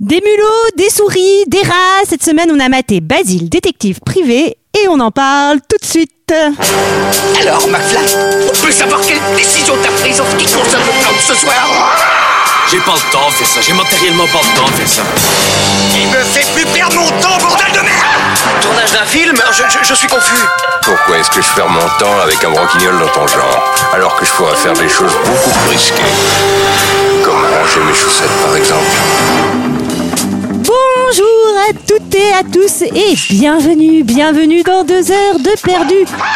Des mulots, des souris, des rats. Cette semaine, on a maté Basile, détective privé, et on en parle tout de suite. Alors, McFly, on peut savoir quelle décision t'as prise en ce qui concerne le plan de ce soir J'ai pas le temps de faire ça, j'ai matériellement pas le temps de faire ça. Il me fait plus perdre mon temps, bordel de merde Tournage d'un film je, je- je suis confus. Pourquoi est-ce que je perds mon temps avec un broquignol dans ton genre Alors que je pourrais faire des choses beaucoup plus risquées. Comme ranger mes chaussettes par exemple. Bonjour à toutes et à tous et bienvenue, bienvenue dans deux heures de perdu.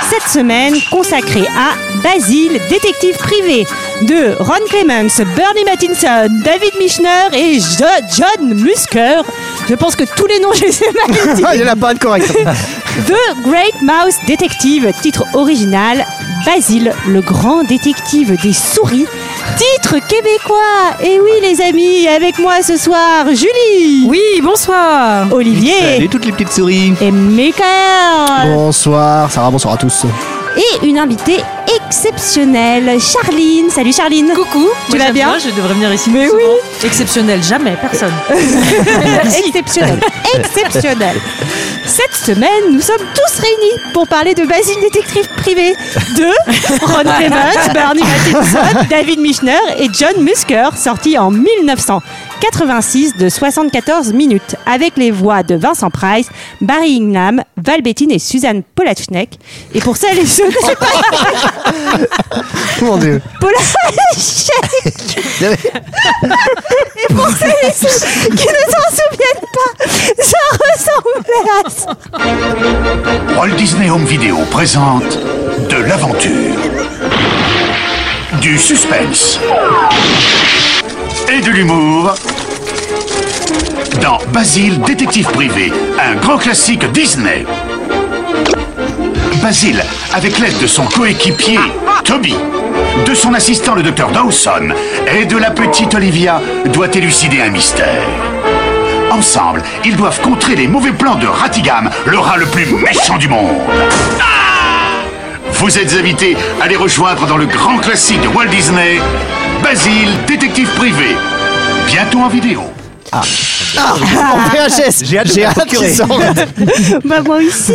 Cette semaine consacrée à Basile, détective privé, de Ron Clements, Bernie Mattinson, David Michner et Jo- John Musker. Je pense que tous les noms, je les ai mal dit. Ah, il y en a pas de correct. The Great Mouse Detective, titre original, Basile, le grand détective des souris, titre québécois. Et oui les amis, avec moi ce soir, Julie. Oui, bonsoir. Olivier Salut toutes les petites souris. et Michael bonsoir, Sarah, bonsoir à tous. et une invitée exceptionnelle, Charline. Salut Charline. Coucou. Tu vas bien Moi, je devrais venir ici. Mais plus souvent. Exceptionnel, jamais, personne. Exceptionnelle. Exceptionnelle. Cette semaine, nous sommes tous réunis pour parler de Basile détective privé de Ron Clements, Barney Mattinson, David Michner et John Musker, sorti en 1986 de 74 minutes, avec les voix de Vincent Price, Barry Ingham, Val Bettin et Suzanne Polachnek. Et pour celles et ceux qui Mon dieu. Polachek Et pour celles et ceux qui ne s'en souviennent pas, ça ressemblait à ça. Walt Disney Home Video présente de l'aventure, du suspense et de l'humour dans Basile Détective Privé, un grand classique Disney. Basile, avec l'aide de son coéquipier Toby, de son assistant le docteur Dawson et de la petite Olivia, doit élucider un mystère. Ensemble, ils doivent contrer les mauvais plans de Ratigam, le rat le plus méchant du monde. Ah Vous êtes invités à les rejoindre dans le grand classique de Walt Disney, Basile, détective privé. Bientôt en vidéo. Ah, en VHS. J'ai hâte de me procurer. qu'ils sortent. Bah moi aussi.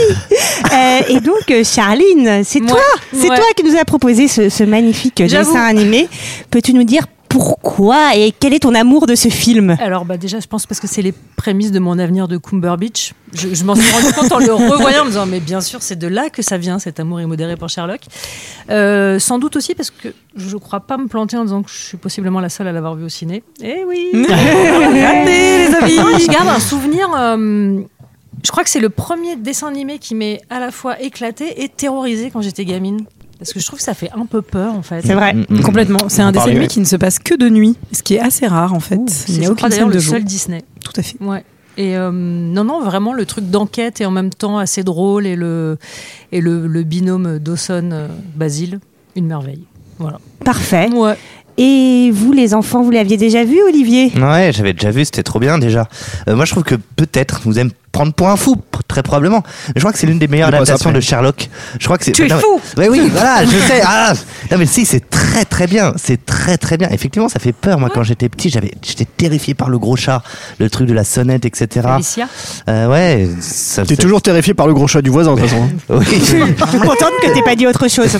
Euh, et donc euh, Charline, c'est Moi. toi, c'est Ouais. toi qui nous a proposé ce, ce magnifique J'avoue. dessin animé. Peux-tu nous dire pourquoi et quel est ton amour de ce film Alors, bah, déjà, je pense parce que c'est les prémices de mon avenir de Cumber Beach. Je, je m'en suis rendu compte en le revoyant, en me disant, mais bien sûr, c'est de là que ça vient, cet amour immodéré pour Sherlock. Euh, sans doute aussi parce que je ne crois pas me planter en disant que je suis possiblement la seule à l'avoir vu au ciné. Eh oui Regardez, les amis Non, Je garde un souvenir. euh, je crois que c'est le premier dessin animé qui m'est à la fois éclaté et terrorisé quand j'étais gamine. Parce que je trouve que ça fait un peu peur, en fait. C'est vrai. Mm, Complètement. C'est un dessin parlait, animé ouais. qui ne se passe que de nuit, ce qui est assez rare en fait. Il C'est, n'y a je crois, aucune d'ailleurs scène de le jour. seul Disney. Tout à fait. Ouais. Et euh, non, non, vraiment le truc d'enquête et en même temps assez drôle et le, et le, le binôme Dawson-Basile, une merveille. Voilà. Parfait. Ouais. Et vous les enfants, vous l'aviez déjà vu Olivier Ouais, j'avais déjà vu, c'était trop bien déjà. Euh, moi, je trouve que peut-être vous aimez prendre pour un fou, p- très probablement. Mais je crois que c'est l'une des meilleures Mais bon, ça, adaptations après. de Sherlock. Je crois que c'est. Tu es Non, mais- fou Ouais, oui, voilà, je sais. Ah, non, mais si, c'est très très bien. C'est très très bien. Effectivement, ça fait peur. Moi, quand j'étais petit, j'avais, j'étais terrifié par le gros chat, le truc de la sonnette, Ah. etc. Alicia. Euh, ouais. ça T'es faisait- toujours terrifié par le gros chat du voisin, de toute façon. Oui. Je suis contente que t'aies pas dit autre chose.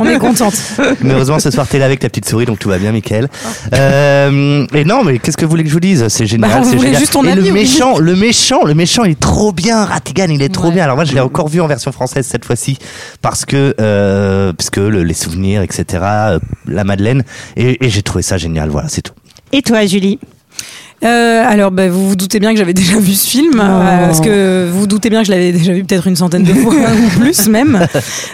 On est contente. Mais heureusement, ce soir, t'es là avec ta petite souris, donc tout va bien, Michael. Ah. Euh, et non, mais qu'est-ce que vous voulez que je vous dise C'est Bah, génial, vous c'est voulez génial. juste ton et avis, le oui. méchant, le méchant, le méchant, il est trop bien. Ratigan, il est trop Ouais. bien. Alors moi, je l'ai encore vu en version française cette fois-ci parce que, euh, parce que le- les souvenirs, etc. euh, la Madeleine, et, et j'ai trouvé ça génial. Voilà, c'est tout. Et toi Julie Euh, alors, bah, vous vous doutez bien que j'avais déjà vu ce film, euh, parce que vous vous doutez bien que je l'avais déjà vu peut-être une centaine de fois ou plus même.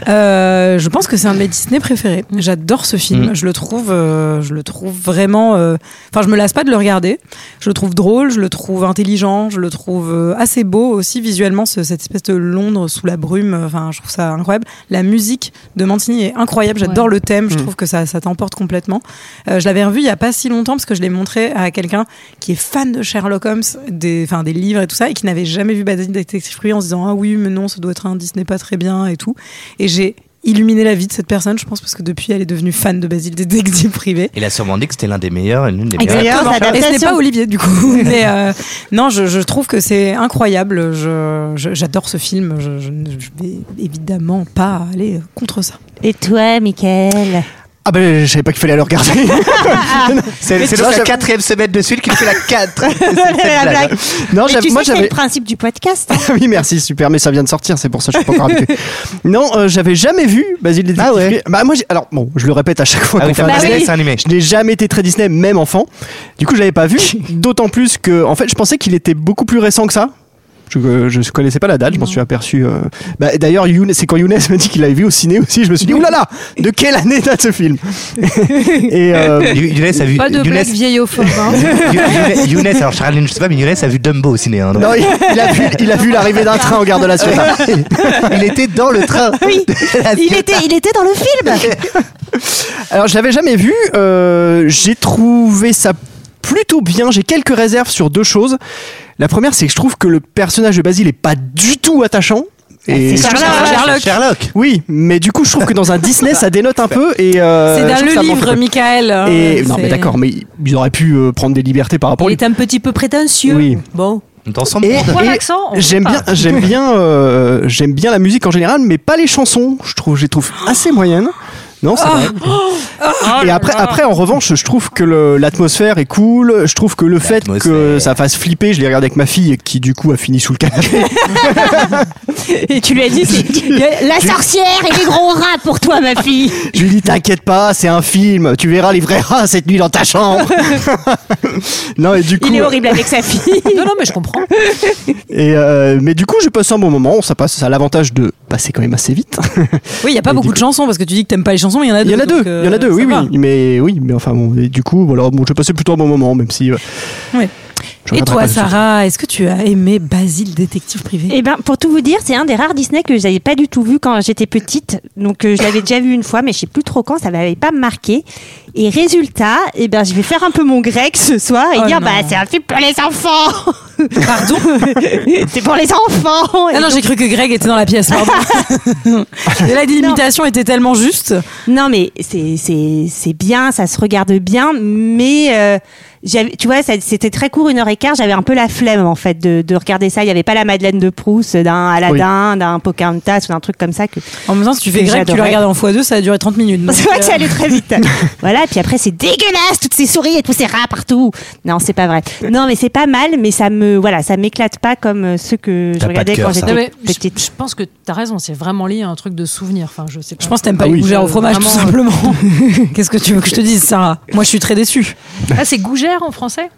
Euh, je pense que c'est un de mes Disney préférés. J'adore ce film. Mm. Je le trouve, euh, je le trouve vraiment. euh, Enfin, je me lasse pas de le regarder. Je le trouve drôle, je le trouve intelligent, je le trouve euh, assez beau aussi visuellement. ce- cette espèce de Londres sous la brume. Enfin, je trouve ça incroyable. La musique de Mantini est incroyable. J'adore le thème. Je trouve que ça, ça t'emporte complètement. Euh, je l'avais revu il y a pas si longtemps parce que je l'ai montré à quelqu'un qui est fan de Sherlock Holmes, des, enfin des livres et tout ça, et qui n'avait jamais vu Basile Détective Privé en se disant ah oui mais non ça doit être un Disney pas très bien et tout. Et j'ai illuminer la vie de cette personne, je pense, parce que depuis, elle est devenue fan de Basile des détectives privés. Il a sûrement dit que c'était l'un des meilleurs et l'une des meilleures. Exactement. Et ce n'est l'adaptation. pas Olivier, du coup. Mais euh, non, je, je trouve que c'est incroyable. Je- je- J'adore ce film. Je, je ne je vais évidemment pas aller contre ça. Et toi, Michael Ah ben, je savais pas qu'il fallait le regarder. C'est tu c'est vois, donc la j'aime- quatrième semaine de suite qu'il fait la quatre. C'est cette blague. Non, Mais j'av- tu sais moi que c'est le j'avais. principe du podcast. hein. Ah oui, merci, super, mais ça vient de sortir, c'est pour ça que je suis pas encore habitué. Non, euh, j'avais jamais vu Basile des Ah ouais Bah, moi, j'ai- alors, bon, je le répète à chaque fois Ah qu'on oui, t'as fait un pas Bah dit oui. que c'est un animé. Je n'ai jamais été très Disney, même enfant. Du coup, je l'avais pas vu. D'autant plus que, en fait, je pensais qu'il était beaucoup plus récent que ça. Je, euh, je connaissais pas la date, je m'en suis aperçu. euh, bah, D'ailleurs, Younes- c'est quand Younes m'a dit qu'il l'avait vu au ciné aussi. Je me suis dit, oulala, de quelle année date ce film Et euh, You- Younes a vu. Pas de Younes- blague vieillophobe. hein. You- Younes- Younes, alors Charline, je sais pas, mais Younes a vu Dumbo au ciné. hein, donc. non, il, il a vu, il a vu l'arrivée d'un train en gare de la Ciotat. Il était dans le train. Oui, il était, il était dans le film. Alors, je l'avais jamais vu. euh, j'ai trouvé ça plutôt bien. J'ai quelques réserves sur deux choses. La première, c'est que je trouve que le personnage de Basile est pas du tout attachant. Et c'est Sherlock. Sherlock. Sherlock. oui, mais du coup, je trouve que dans un Disney, ça dénote un peu. Et euh, C'est je dans trouve que le ça manque un livre, peu. Michael. hein. Et non, C'est- mais d'accord, mais ils auraient pu euh, prendre des libertés par rapport. Il est un petit peu prétentieux. Oui. Bon. Dans son Et- Pourquoi et l'accent On J'aime sait bien, j'aime bien, euh, j'aime bien la musique en général, mais pas les chansons. Je trouve, je les trouve assez moyennes. Non, Ah. c'est vrai. Oh Et là après, là. après, en revanche, je trouve que le- l'atmosphère est cool. Je trouve que le fait que L'atmosphère. ça fasse flipper, je l'ai regardé avec ma fille qui, du coup, a fini sous le canapé. Et tu lui as dit, c'est- la sorcière et les gros rats pour toi, ma fille. je lui dis, t'inquiète pas, c'est un film. Tu verras les vrais rats cette nuit dans ta chambre. non, et du coup. Il est horrible avec sa fille. Non, non, mais je comprends. Et, euh, mais du coup, j'ai passé un bon moment. Ça passe, ça a l'avantage de passer quand même assez vite. Oui, il n'y a pas Et beaucoup du de chansons parce que tu dis que t'aimes pas les chansons, mais il y en a Il deux. y en a deux, donc, il euh, y en a deux, ça oui, va. oui. Mais oui, mais enfin bon, et du coup, voilà, bon, j'ai passé plutôt un bon moment, même si. euh, Ouais. je Et regarderai pas toi, le soir. Sarah, est-ce que tu as aimé Basile détective privé Eh ben, pour tout vous dire, c'est un des rares Disney que j'avais pas du tout vu quand j'étais petite. Donc, euh, je l'avais déjà vu une fois, mais je sais plus trop quand, ça m'avait pas marqué. Et résultat, eh ben, je vais faire un peu mon grec ce soir et Oh dire, non. bah, c'est un film pour les enfants. Pardon c'est pour les enfants. Et Ah non, j'ai cru que Greg était dans la pièce. pardon. Et là, l'imitation était tellement juste. Non, mais c'est c'est c'est bien, ça se regarde bien, mais euh, j'avais- tu vois, ça- c'était très court, une heure et quart. J'avais un peu la flemme en fait de, de regarder ça. Il n'y avait pas la Madeleine de Proust d'un Aladdin, d'un Pocahontas ou d'un truc comme ça que. En même temps, si tu fais Que Greg, tu le j'adorais. regardes en x2, ça a duré 30 minutes. donc, C'est vrai que ça euh, allait très vite. voilà, puis après c'est dégueulasse, toutes ces souris et tous ces rats partout. Non, c'est pas vrai. Non, mais c'est pas mal, mais ça me voilà, ça m'éclate pas comme euh, ceux que je T'as pas de regardais cœur, quand ça. Non, j'étais mais je, petite. je pense que t'as raison, c'est vraiment lié à un truc de souvenir. Enfin, je sais pas. Je pense que Ah t'aimes pas les gougères au fromage, tout Vraiment, simplement. Qu'est-ce que tu veux que je te dise, Sarah Moi, je suis très déçue. Ah, c'est gougère en français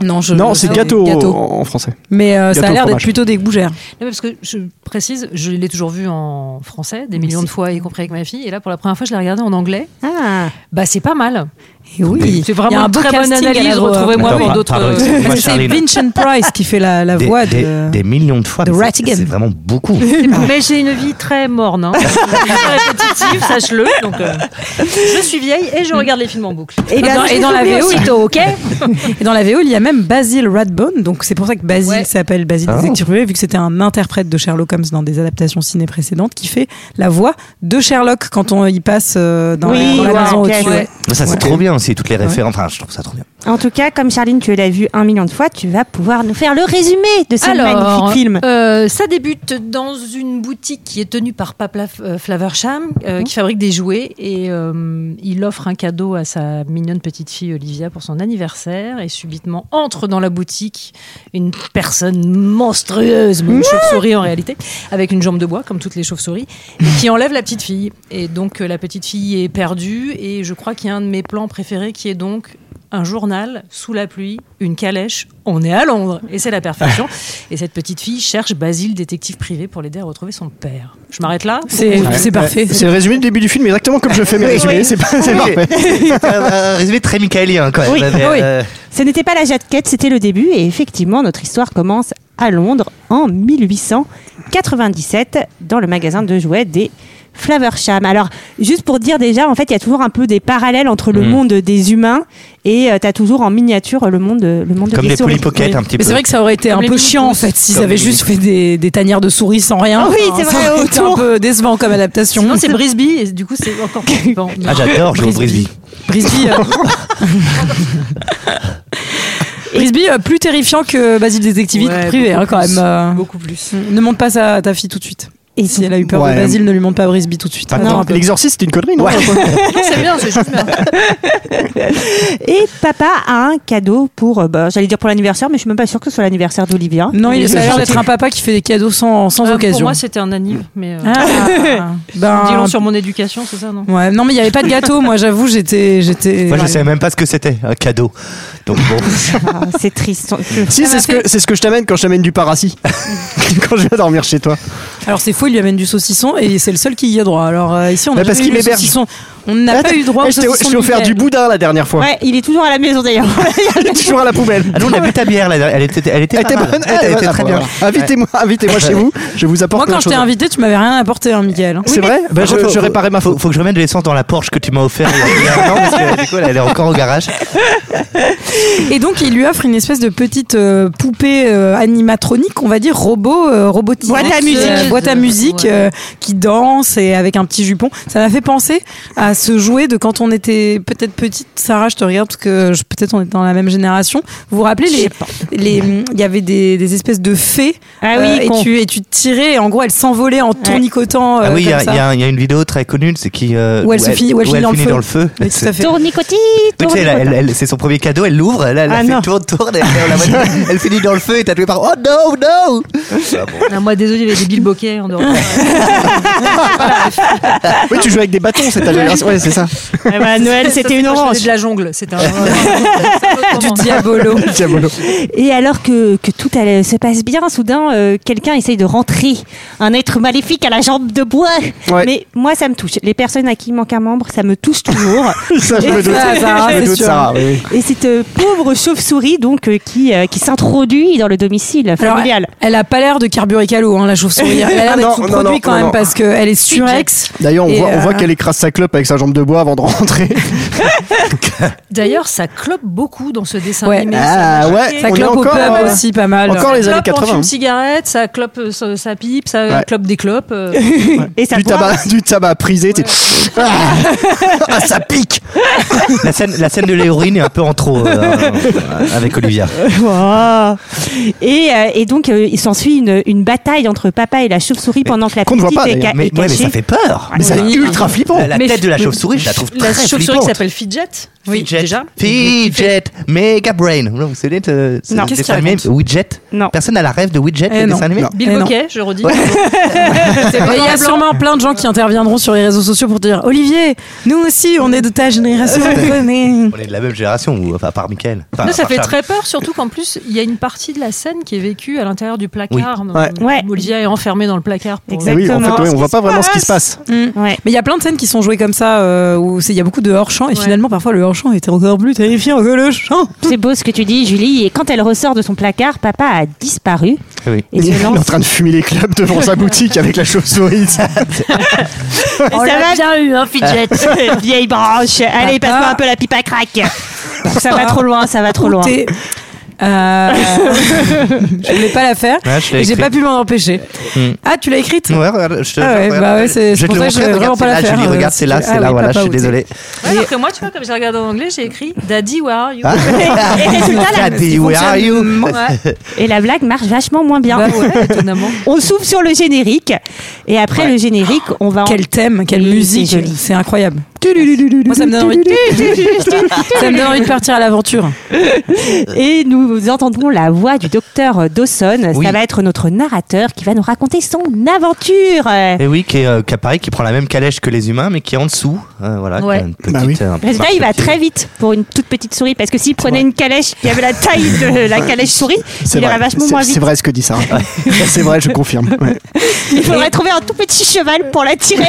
Non, je, Non, c'est je- Ah gâteau, En, en français. Mais euh, ça Gâteau a au l'air d'être fromage. plutôt des gougères. Non, mais parce que je précise, je l'ai toujours vu en français, des millions de fois, y compris avec ma fille. Et là, pour la première fois, je l'ai regardé en anglais. Ah, Bah, c'est pas mal. Et oui, C'est il y a vraiment un une beau très bonne casting à la analyse. Dro- Retrouvez-moi Attends, dans pardon, d'autres. pardon, excuse-moi, Parce que euh, C'est Charline. Vincent Price qui fait la, la Des, voix des- de. des millions de fois. de mais c'est- Ratigan. C'est vraiment beaucoup. Mais j'ai une vie très morne, hein. très répétitive, sache-le. Donc, euh, je suis vieille et je regarde les films en boucle. Et dans, et dans la VO, Aussitôt, ok et dans la VO, il y a même Basil Radbone, donc c'est pour ça que Basil Ouais. s'appelle Basil Ah. Détective Privé, vu que c'était un interprète de Sherlock Holmes dans des adaptations ciné précédentes, qui fait la voix de Sherlock quand on y passe euh, dans, Oui, la, dans la ouais, maison ok. au-dessus. Ouais. Mais Ça, c'est trop bien aussi, toutes les références. Enfin, je trouve ça trop bien. En tout cas, comme Charline, tu l'as vu un million de fois, tu vas pouvoir nous faire le résumé de ce magnifique film. euh, ça débute dans une boutique qui est tenue par Papa Flaversham, euh, qui fabrique des jouets. Et euh, il offre un cadeau à sa mignonne petite fille Olivia pour son anniversaire. Et subitement entre dans la boutique une personne monstrueuse, mais une chauve-souris en réalité, avec une jambe de bois, comme toutes les chauves-souris, et qui enlève la petite fille. Et donc euh, la petite fille est perdue. Et je crois qu'il y a un de mes plans préférés qui est donc un journal sous la pluie, une calèche, on est à Londres et c'est la perfection. et cette petite fille cherche Basile, détective privé, pour l'aider à retrouver son père. Je m'arrête là. C'est Donc, c'est parfait. C'est le résumé du début du film, exactement comme je fais mes résumés. C'est pas- c'est parfait. Un résumé très michaélien, quand même. Oui, Mais, oui. euh, Ce n'était pas la jaquette, c'était le début. Et effectivement, notre histoire commence à Londres en 1897 dans le magasin de jouets des Flaversham. Alors, juste pour dire déjà, en fait, il y a toujours un peu des parallèles entre Mm. le monde des humains et euh, t'as toujours en miniature le monde, le monde Comme des des souris. polypockets hein. un petit Mais peu. c'est vrai que ça aurait été Comme un les peu mini chiant en pouces. fait s'ils Comme avaient les juste fait des, des tanières de souris sans rien. Ah oui, c'est Enfin, vrai, ça aurait été un autour. peu décevant comme adaptation. Sinon, c'est Brisby, et du coup, c'est encore plus flippant. Ah, j'adore jouer au Brisby. Brisby, Brisby. euh, Brisby, euh, plus terrifiant que Basile des activités Ouais, privées beaucoup hein, quand plus. même. euh. Beaucoup plus. Ne montre pas ça à ta fille tout de suite. Et Si elle a eu peur Ouais. de Basile, ne lui montre pas Brisby tout de suite. Attends, Attends un peu. L'exorciste, c'était une connerie, non Non, c'est bien, c'est juste euh, bien. Et papa a un cadeau pour, euh, bah, j'allais dire pour l'anniversaire, mais je suis même pas sûre que ce soit l'anniversaire d'Olivia. Non, il ça a l'air d'être un papa qui fait des cadeaux sans, sans Euh, occasion. Pour moi, c'était un anime, mais. euh, Ah, ben, Dis long sur mon éducation, c'est ça, non ouais. Non, mais il n'y avait pas de gâteau. Moi, j'avoue, j'étais. j'étais Moi, je savais même pas ce que c'était, un cadeau. Donc bon, Ah, c'est triste. Si, c'est ce, que, c'est ce que je t'amène quand je t'amène du paracis. quand je viens dormir chez toi. Alors, c'est faux, il lui amène du saucisson et c'est le seul qui y a droit. Alors, euh, ici, on Mais n'a Bah, parce pas eu qu'il le héberge. saucisson. On n'a Ah, pas eu droit au eh, je t'ai- saucisson. je t'ai offert du Michael. boudin la dernière fois. Ouais, il est toujours à la maison d'ailleurs. Toujours à la poubelle. ah non, on a bu ta bière là. Elle était, elle était, Elle pas était mal. bonne, Elle, était bonne. Ah, très Voilà. bien. Invitez-moi, invitez-moi chez vous. Je vous apporte Moi, plein quand de je t'ai choses. invité, tu m'avais rien apporté, hein, Michael. hein. C'est vrai Ben, Par je, contre, je réparais ma Faut, faute. faut que je remette de l'essence dans la Porsche que tu m'as offert il y a- il y a un an, parce que du coup, elle est encore au garage. Euh, Et donc, il lui offre une espèce de petite euh, poupée euh, animatronique, on va dire, robot, euh, robotisé. Boîte à musique. Euh, boîte à musique Ouais. euh, qui danse et avec un petit jupon. Ça m'a fait penser à ce jouet de quand on était peut-être petite. Sarah, je te regarde parce que je- peut-être on était dans la même génération. Vous vous rappelez les, les, il y avait des, des espèces de fées. Ah euh, oui, et con. tu, et tu tirais, et en gros, elles s'envolaient en tournicotant. euh, ah oui, il y, comme a- ça. il y a il y a une vidéo très connue, c'est qui euh, Où elle se finit- où elle finit dans le finit feu. dans le feu. Oui, tout à fait. Tournicoti, Tu sais, elle- tournicoti. elle- elle- c'est son premier cadeau, elle l'ouvre, elle, elle Ah a fait non. tourne, tourne, et on la voit- elle finit dans le feu et t'as tué par Oh no, no Ah, Moi, désolé, il y avait des bilboquets en dehors. Oui, tu joues avec des bâtons cette génération. Ouais, c'est ça. Ah bah, Noël, c'était une C'était orange. de la jungle. C'était un. un- Du diabolo. Diabolo. Et alors que, que tout allait- se passe bien, soudain, euh, quelqu'un essaye de rentrer. Un être maléfique à la jambe de bois. Ouais. Mais moi, ça me touche. Les personnes à qui il manque un membre, ça me touche toujours. Ça, je me doute. Ah, Sarah, Je me c'est doute, sûr. Sarah, oui, oui. Et cette euh, pauvre chauve-souris, donc, euh, qui, euh, qui s'introduit dans le domicile Alors, familial. Elle a pas l'air de carburer calo, hein, la chauve-souris. Elle a Non, l'air Ah d'être sous-produit non, non, quand non, même non. parce qu'elle est surex. D'ailleurs, on Et, voit, on voit euh, qu'elle écrase sa clope avec sa jambe de bois avant de rentrer. D'ailleurs, ça clope beaucoup dans ce dessin Ouais. animé. Ah ouais, on Ça est clope au encore, pub euh, aussi pas mal. encore les années clope en 80. fume cigarette, ça clope euh, sa sa pipe, ça euh, Ouais. clope des clopes. euh. Et ça du boit. tabac, du tabac prisé. t'es- Ah, Ah, ça pique. la scène, la scène de l'héroïne est un peu en trop euh, euh, avec Olivia. Wow. Et, euh, et donc, euh, il s'ensuit une, une bataille entre papa et la chauve-souris pendant que la qu'on ne petite voit pas, est, ca- Mais, est ouais, mais cachée. ça fait peur. Mais ça est ultra flippant. La Mais- tête de la chauve-souris, je la trouve La très chauve-souris qui flippante. s'appelle Fidget. Fidget, déjà. Fidget, Mega Brain. Vous vous souvenez de euh, ce Non. dessin Qu'est-ce qu'il animé raconte Widget Non. Personne n'a la rêve de Widget, Eh le non. dessin animé Non. Bilboquet, je redis. Et il y a sûrement plein de gens qui interviendront sur les réseaux sociaux pour dire Olivier, nous aussi, on est de ta génération. on connaît. Mm. On est de la même génération, ou, enfin, à part Michael. Enfin, Non, ça à part fait Charles. très peur, surtout qu'en plus, il y a une partie de la scène qui est vécue à l'intérieur du placard. Ouais. Euh, Ouais. Olivia est enfermée dans le placard. Pour... Exact. Eh Oui, en Exactement. fait, ouais, Ce on voit qui pas se vraiment ce qui passe. se passe. Mm. Ouais. Mais il y a plein de scènes qui sont jouées comme ça euh, où c'est- il y a beaucoup de hors-champ et Ouais. finalement parfois le hors-champ était encore plus terrifiant que le champ. C'est beau ce que tu dis, Julie. Et quand elle ressort de son placard, papa a disparu. Oui. Et Il est se lance. en train de fumer les clubs devant sa boutique avec la chauve-souris. Et ça va bien eu, hein, Fidget. Vieille branche. Allez, passe-moi un peu la pipe à crack. Ça va trop loin, ça va trop loin. T'es- Euh, je voulais pas la faire. Ouais, je l'ai et J'ai écrit. pas pu m'en empêcher. Mm. Ah, tu l'as écrite Ouais, regarde, je te Ah ouais, bah regarde, ouais, regarde. c'est- je c'est vais te pour le ça que je montrer, vais regarde, vraiment pas c'est la là, faire, Julie, euh, regarde, si c'est tu là, veux. c'est Ah là, oui, voilà, je papa, suis où t'es. désolé. Ouais, alors que moi, tu vois, comme je regarde en anglais, j'ai écrit Daddy, where are you Et résultat, la- Daddy, Ah. where are you Ouais. Et la blague marche vachement moins bien. Bah ouais, étonnamment. On s'ouvre sur le générique. Et après le générique, on va en- Quel thème, quelle Oui, musique, c'est joli. c'est incroyable. Moi, ça me donne envie de, ça me donne envie de partir à l'aventure. Et nous entendrons la voix du docteur Dawson. Oui. Ça va être notre narrateur qui va nous raconter son aventure. Et oui, qui est euh, qui a pareil, qui prend la même calèche que les humains, mais qui est en dessous. euh, voilà, Ouais. qui a une petite, Bah oui. euh, un petit Résultat, il va marchepied. très vite pour une toute petite souris parce que s'il prenait une calèche qui avait la taille de la calèche souris, C'est il irait vrai. vachement C'est- moins C'est vite. vrai ce que dit Sarah. C'est vrai, je confirme. Ouais. Il faudrait trouver un tout petit cheval pour l'attirer.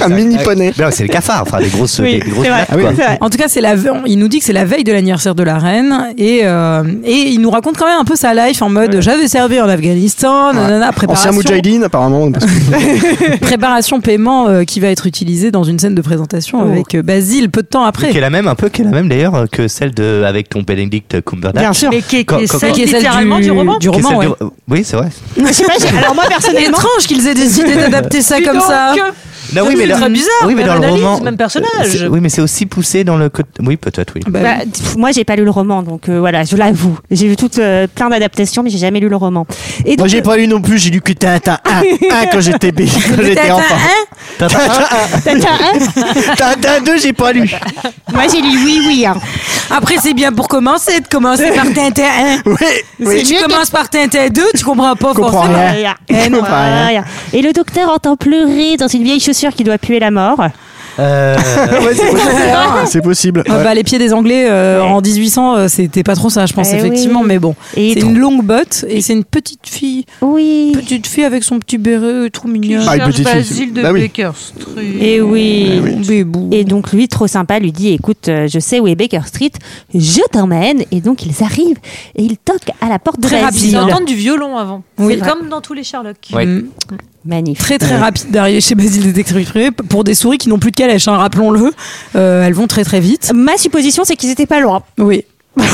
Un mini poney. Non, Bah c'est le cafard, enfin, les grosses. Oui, les grosses c'est vrai. nappes, quoi. C'est vrai. En tout cas, c'est la, ve- il nous dit que c'est la veille de l'anniversaire de la reine et euh, euh, et il nous raconte quand même un peu sa life en mode j'avais servi en Afghanistan, nanana, Ancien préparation, Moudjahidine, apparemment. parce que- préparation paiement euh, qui va être utilisée dans une scène de présentation Oh. avec euh, Basile peu de temps Mais après. Qui est la même, un peu, qui est la même d'ailleurs que celle de, avec ton Benedict Cumberbatch. Bien sûr. Mais qui est, qui Quand- est quand- celle Qui est celle littéralement du, roman. Du Qui est roman, celle ouais. du- Oui, c'est vrai. Je sais pas, j'ai- alors moi personnellement, Étrange qu'ils aient décidé d'adapter ça Dis comme donc, ça. Ah, que- Non, oui, C'est mais dans- très bizarre, Oui, mais même dans le analyse, roman. même personnage. c'est- Oui, mais c'est aussi poussé dans le côté. Oui, peut-être, oui. bah, pff, moi j'ai pas lu le roman, donc euh, voilà, je l'avoue. J'ai vu toutes euh, plein d'adaptations, mais j'ai jamais lu le roman. Et Moi, donc, j'ai pas lu non plus, j'ai lu que Tintin 1, un quand j'étais bé- quand j'étais enfant. Tintin, hein Tintin 2, j'ai pas lu. moi j'ai lu oui oui. hein. Après, c'est bien pour commencer de commencer par Tintin 1. Oui, oui. si tu commences par Tintin 2, tu comprends pas comprends forcément. rien. Voilà. Eh non. Voilà. Et le docteur entend pleurer dans une vieille chaussure qui doit puer la mort. Euh, Ouais, c'est possible. C'est possible. Ah Ouais. bah, les pieds des Anglais euh, Ouais. en 1800, euh, c'était pas trop ça, je pense, Eh effectivement. oui. Mais bon, Et c'est une longue botte et c'est une petite fille, oui. petite fille avec son petit béret euh, trop Bah, mignon. Ah, une Serge petite fille, c'est- Basile de bah oui. Baker Street. Eh Et Eh oui. Bébou. Et donc lui, trop sympa, lui dit, écoute, euh, je sais où est Baker Street, je t'emmène. Et donc ils arrivent et ils toquent à la porte de Très Basile. Ils rapide, hein. entendent du violon avant. Oui. C'est comme dans tous les Sherlock. Ouais. Mm. Magnifique. Très très rapide d'arriver chez Basile Détective Privé pour des souris qui n'ont plus de calèche, hein, rappelons-le. Euh, elles vont très très vite. Ma supposition, c'est qu'ils étaient pas loin. Oui. Ils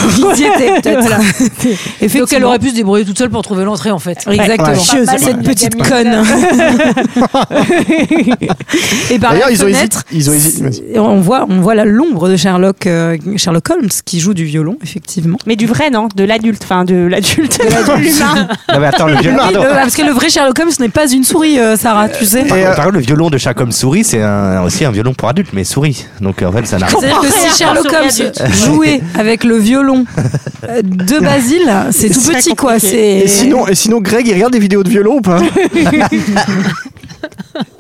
y étaient peut-être. Voilà. Effectivement. Donc elle aurait pu se débrouiller toute seule pour trouver l'entrée en fait. Exactement. Ouais, chieuse, Pas mal, ouais. cette petite Ouais. conne. et par D'ailleurs, la ils ont fenêtre, hésité- ils ont hésité- vas-y. et on voit, on voit la l'ombre de Sherlock, euh, Sherlock Holmes qui joue du violon, effectivement. Mais du vrai, non De l'adulte. Enfin, de l'adulte. De l'humain. non, mais attends, le Ah, violon. Oui, pardon. le- parce que le vrai Sherlock Holmes n'est pas une souris, euh, Sarah, tu sais. Par, contre- par contre, le violon de chat comme souris, c'est un- aussi un violon pour adulte, mais souris. Donc en fait, ça n'a rien. C'est-à-dire que si Sherlock Holmes jouait avec le violon euh, de Basile, c'est tout C'est petit quoi. compliqué. C'est Et sinon, et sinon, Greg, il regarde des vidéos de violon ou pas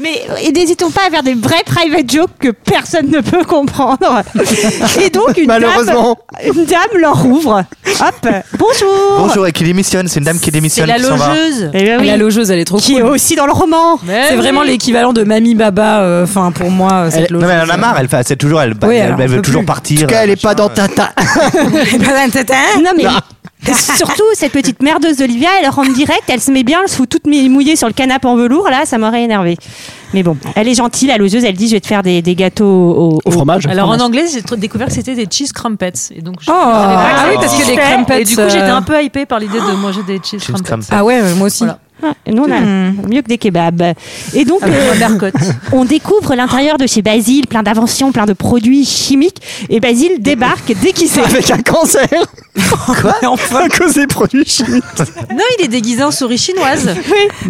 Mais et n'hésitons pas à faire des vrais private jokes que personne ne peut comprendre. Et donc, une Malheureusement. Dame, une dame leur ouvre. Hop. Bonjour. Bonjour, et qui démissionne C'est une dame qui C'est démissionne la qui s'en va. logeuse. Eh bien oui. la logeuse, elle est trop Qui est Ah cool. aussi dans le roman. Mais C'est oui. vraiment l'équivalent de Mamie Baba, enfin pour moi, euh, cette Elle- non, logeuse. mais elle en a marre, elle, fait- c'est toujours, elle, elle- alors, elle on peut veut toujours plus. partir. euh, En tout cas, elle est pas dans Tintin. Non mais surtout cette petite merdeuse d'Olivia, elle rentre direct, elle se met bien, elle se fout toute mi- mouillée sur le canapé en velours là, ça m'aurait énervé. Mais bon, elle est gentille, la loseuse, elle dit je vais te faire des, des gâteaux au, Au fromage. Alors en anglais, j'ai tr- découvert que c'était des cheese crumpets. Et donc, je- Oh, ah oui, parce que des crumpets. euh, Et du coup, j'étais un peu hypée par l'idée de manger des cheese, Cheese crumpets. crumpets. Ah ouais, ouais, moi aussi. Voilà. Ah, nous, on a mieux que des kebabs. Et Ah donc euh, on découvre l'intérieur de chez Basile, plein d'inventions, plein de produits chimiques et Basile débarque dès qu'il sait. Avec un cancer Quoi à cause des produits chimiques. Non, il est déguisé en souris chinoise.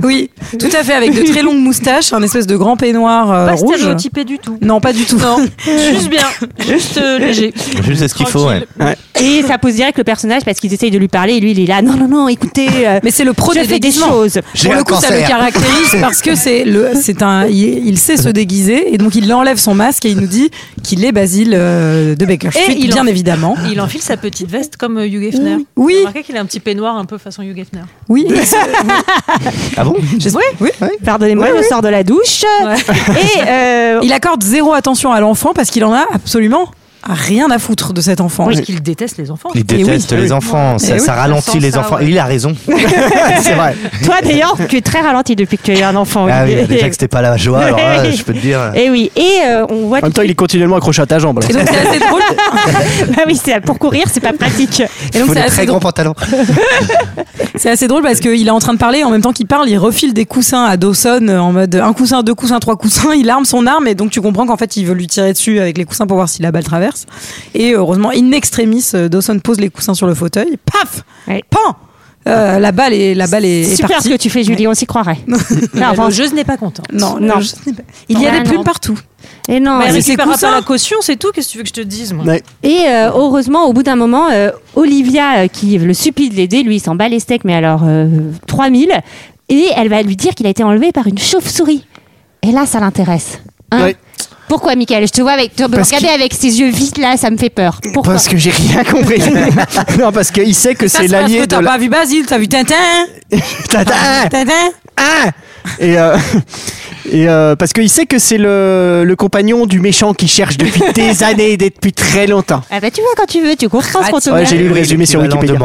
Oui, tout à fait, avec de très longues moustaches, un espèce de grand peignoir euh, Pas rouge. stéréotypé du tout. Non, pas du tout. Non, juste bien, juste euh, léger. Juste ce qu'il faut, ouais. Tranquille. Et ça pose direct le personnage parce qu'ils essayent de lui parler et lui il est là non non non, écoutez euh, Mais c'est le pro je des fais des déguisements. choses. J'ai Pour un le coup, ça le cancer. caractérise parce que c'est le, c'est un, il, il sait se déguiser et donc il enlève son masque et il nous dit qu'il est Basile euh, de Baker Street, il bien en- évidemment. Il enfile sa petite veste comme euh, Hugh Hefner. Oui. Vous remarquez qu'il a un petit peignoir un peu façon Hugh Hefner. Oui. Ah bon J'espère- oui. Pardonnez-moi, je sors de la douche Ouais. et euh, Il accorde zéro attention à l'enfant parce qu'il en a absolument rien à foutre de cet enfant. Parce qu'il déteste les enfants. Il déteste oui. les enfants, ça, Eh oui. ça Sans ralentit les ça, enfants. ouais. Il a raison. c'est vrai. Toi d'ailleurs, tu es très ralenti depuis que tu es un enfant. Ah oui, Olivier. déjà que c'était pas la joie, alors là, je peux te dire. Et oui, et euh, on voit. En même temps, il est continuellement accroché à ta jambe. là. Et donc c'est assez drôle. Bah oui, c'est pour courir, c'est pas pratique. Et Il donc faut c'est des assez très drôle. grands pantalons. C'est assez drôle parce qu'il est en train de parler et en même temps qu'il parle, il refile des coussins à Dawson euh, en mode un coussin, deux coussins, trois coussins. Il arme son arme et donc tu comprends qu'en fait il veut lui tirer dessus avec les coussins pour voir si la balle traverse. Et heureusement, in extremis, euh, Dawson pose les coussins sur le fauteuil. Paf Ouais. Pan Euh, La balle est, la balle est, est Super ce partie. que tu fais, Julie, on s'y croirait. non, La enfin, logeuse n'est pas contente. Non, Non. non. Il y a Ah, des non. plumes partout. et non. Mais elle mais Et, c'est récupérera cousin. pas la caution, c'est tout. Qu'est-ce que tu veux que je te dise, moi Ouais. et, euh, heureusement, au bout d'un moment, euh, Olivia, euh, qui le supplie de l'aider, lui, il s'en bat les steaks, mais alors euh, 3000. Et elle va lui dire qu'il a été enlevé par une chauve-souris. Et là, ça l'intéresse. Hein Ouais. Pourquoi, Michael Je te vois avec, te regarder avec ces yeux vides là, ça me fait peur. Pourquoi Parce que j'ai rien compris. non, parce qu'il sait que Ça, c'est parce que l'allié de T'as la... pas Ah. vu Basile, t'as vu Tintin Tintin Tintin Ah Et, euh, Et euh, parce qu'il sait que c'est le, le compagnon du méchant qui cherche depuis des années et depuis très longtemps. Ah bah tu vois quand tu veux, tu comprends ce qu'on te Ouais, met. j'ai lu le résumé sur L'équivalent Wikipédia. de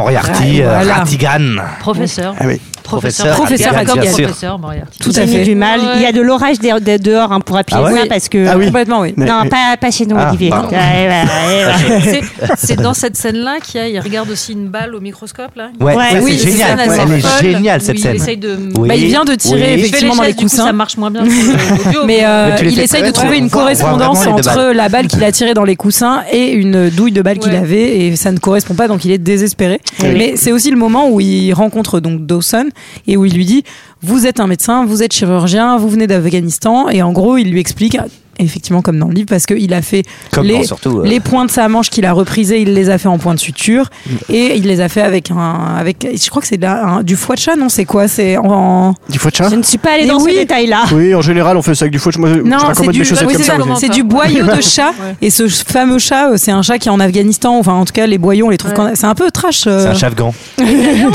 Ah, Moriarty, euh, voilà. Ratigan. Professeur. Ah oui. Professeur Professeur, Ratigan, comme bien sûr. professeur Moriarty. Tout J'ai à mis fait. du mal. Il y a de l'orage de- de- dehors hein, pour appuyer Ah ouais ça parce que. Ah oui. Complètement, oui. Mais- Non, mais- pas, pas chez nous, Ah, Olivier. pardon. Ouais, ouais, ouais, ouais. C'est- C'est dans cette scène-là qu'il y a- il regarde aussi une balle au microscope là. Ouais, Ouais, ça, oui, Ah, c'est c'est génial. ça, Elle est folle, géniale où cette il scène. essaye de- Oui. Bah, il vient de tirer Oui. Il fait effectivement dans les l'échelle, du coup, coussins. ça marche moins bien. sur l'audio, Mais euh, Mais tu les il fais essaye très de bien. trouver On une voit vraiment correspondance les deux entre balles. la balle qu'il a tirée dans les coussins et une douille de balle qu'il Ouais. avait et ça ne correspond pas donc il est désespéré. Oui. Mais c'est aussi le moment où il rencontre donc Dawson et où il lui dit vous êtes un médecin, vous êtes chirurgien, vous venez d'Afghanistan et en gros il lui explique effectivement comme dans le livre parce qu'il a fait Comme les, dans, surtout, euh. les points de sa manche qu'il a reprisés, il les a fait en point de suture Mm. et il les a fait avec un avec je crois que c'est de la- un- du foie de chat non c'est quoi c'est en Du foie de chat Je ne suis pas allée Mais dans oui. ce détail-là. Oui, en général, on fait ça avec du foie de chat. Moi, je Non, c'est raccommode du, mes chaussettes oui, comme c'est ça. ça, vous c'est savez. du boyau de chat. Ouais. Et ce fameux chat, euh, c'est un chat qui est en Afghanistan. Enfin, en tout cas, les boyaux, on les trouve. Ouais. qu'en- C'est un peu trash. euh. C'est un chavgan. D'ailleurs,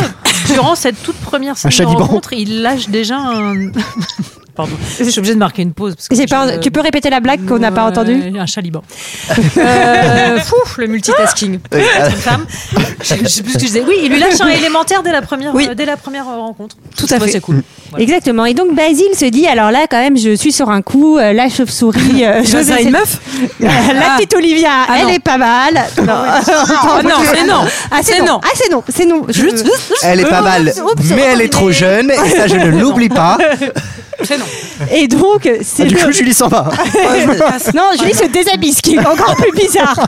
durant cette toute première scène Un chat de libre. rencontre, il lâche déjà un. Pardon, je suis obligée de marquer une pause. Parce que J'ai pas- je- Tu peux répéter la blague qu'on n'a pas Euh, entendue Un chat liban. Euh, fou, le multitasking. C'est une femme. Je, je sais plus ce que je disais. Oui, il lui lâche un élémentaire dès la première, Oui. euh, dès la première euh, rencontre. Tout Je à trouve fait. C'est cool. Voilà. Exactement. Et donc Basile se dit alors là quand même je suis sur un coup euh, la chauve-souris euh, je Tu vois, vais c'est essayer- une meuf la Ah. petite Olivia Ah, elle non. est pas mal. Non, Ah, non, c'est non. Ah c'est C'est non. non. Ah c'est non, c'est non. Je- Elle est pas mal, Euh, Oups, mais elle est trop jeune, et ça je ne l'oublie pas. Et donc c'est Ah, du le- coup, Julie s'en va. Non, Julie se déshabille, ce qui est encore plus bizarre.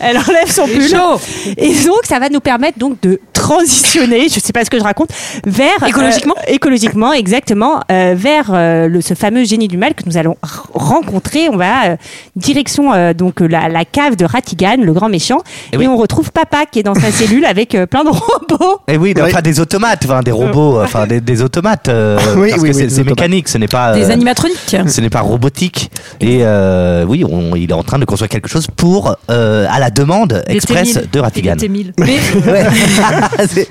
Elle enlève son pull. Et donc, ça va nous permettre donc de transitionner, je sais pas ce que je raconte, vers... Écologiquement euh, Écologiquement, exactement, euh, vers euh, le, ce fameux génie du mal que nous allons r- rencontrer. On va euh, direction euh, donc la, la cave de Ratigan, le grand méchant, et, Eh oui. on retrouve Papa qui est dans sa cellule avec euh, plein de robots. Et Eh oui, Ouais. enfin des automates, enfin des robots, enfin des, des automates. euh, Oui, parce oui, oui, que c'est- des c'est automates. mécanique, ce n'est pas. Des euh, animatroniques. ce n'est pas robotique et euh, oui on- il est en train de construire quelque chose pour euh, à la demande Des express T1000. de Ratigan Des T1000. Mais, Ouais. C'est-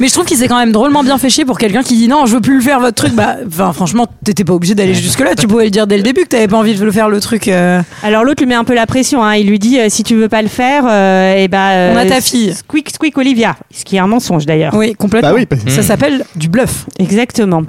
mais je trouve qu'il s'est quand même drôlement bien fait chier pour quelqu'un qui dit non, je veux plus le faire votre truc. Bah, enfin, franchement, t'étais pas obligé d'aller jusque-là. Tu pouvais le dire dès le début que t'avais pas envie de le faire le truc. euh. Alors l'autre lui met un peu la pression, hein. il lui dit euh, si tu veux pas le faire, et ben... euh, On a ta fille. Squeak, squeak, Olivia. Ce qui est un mensonge d'ailleurs. Oui, complètement. Bah oui. Ça s'appelle du bluff. Exactement.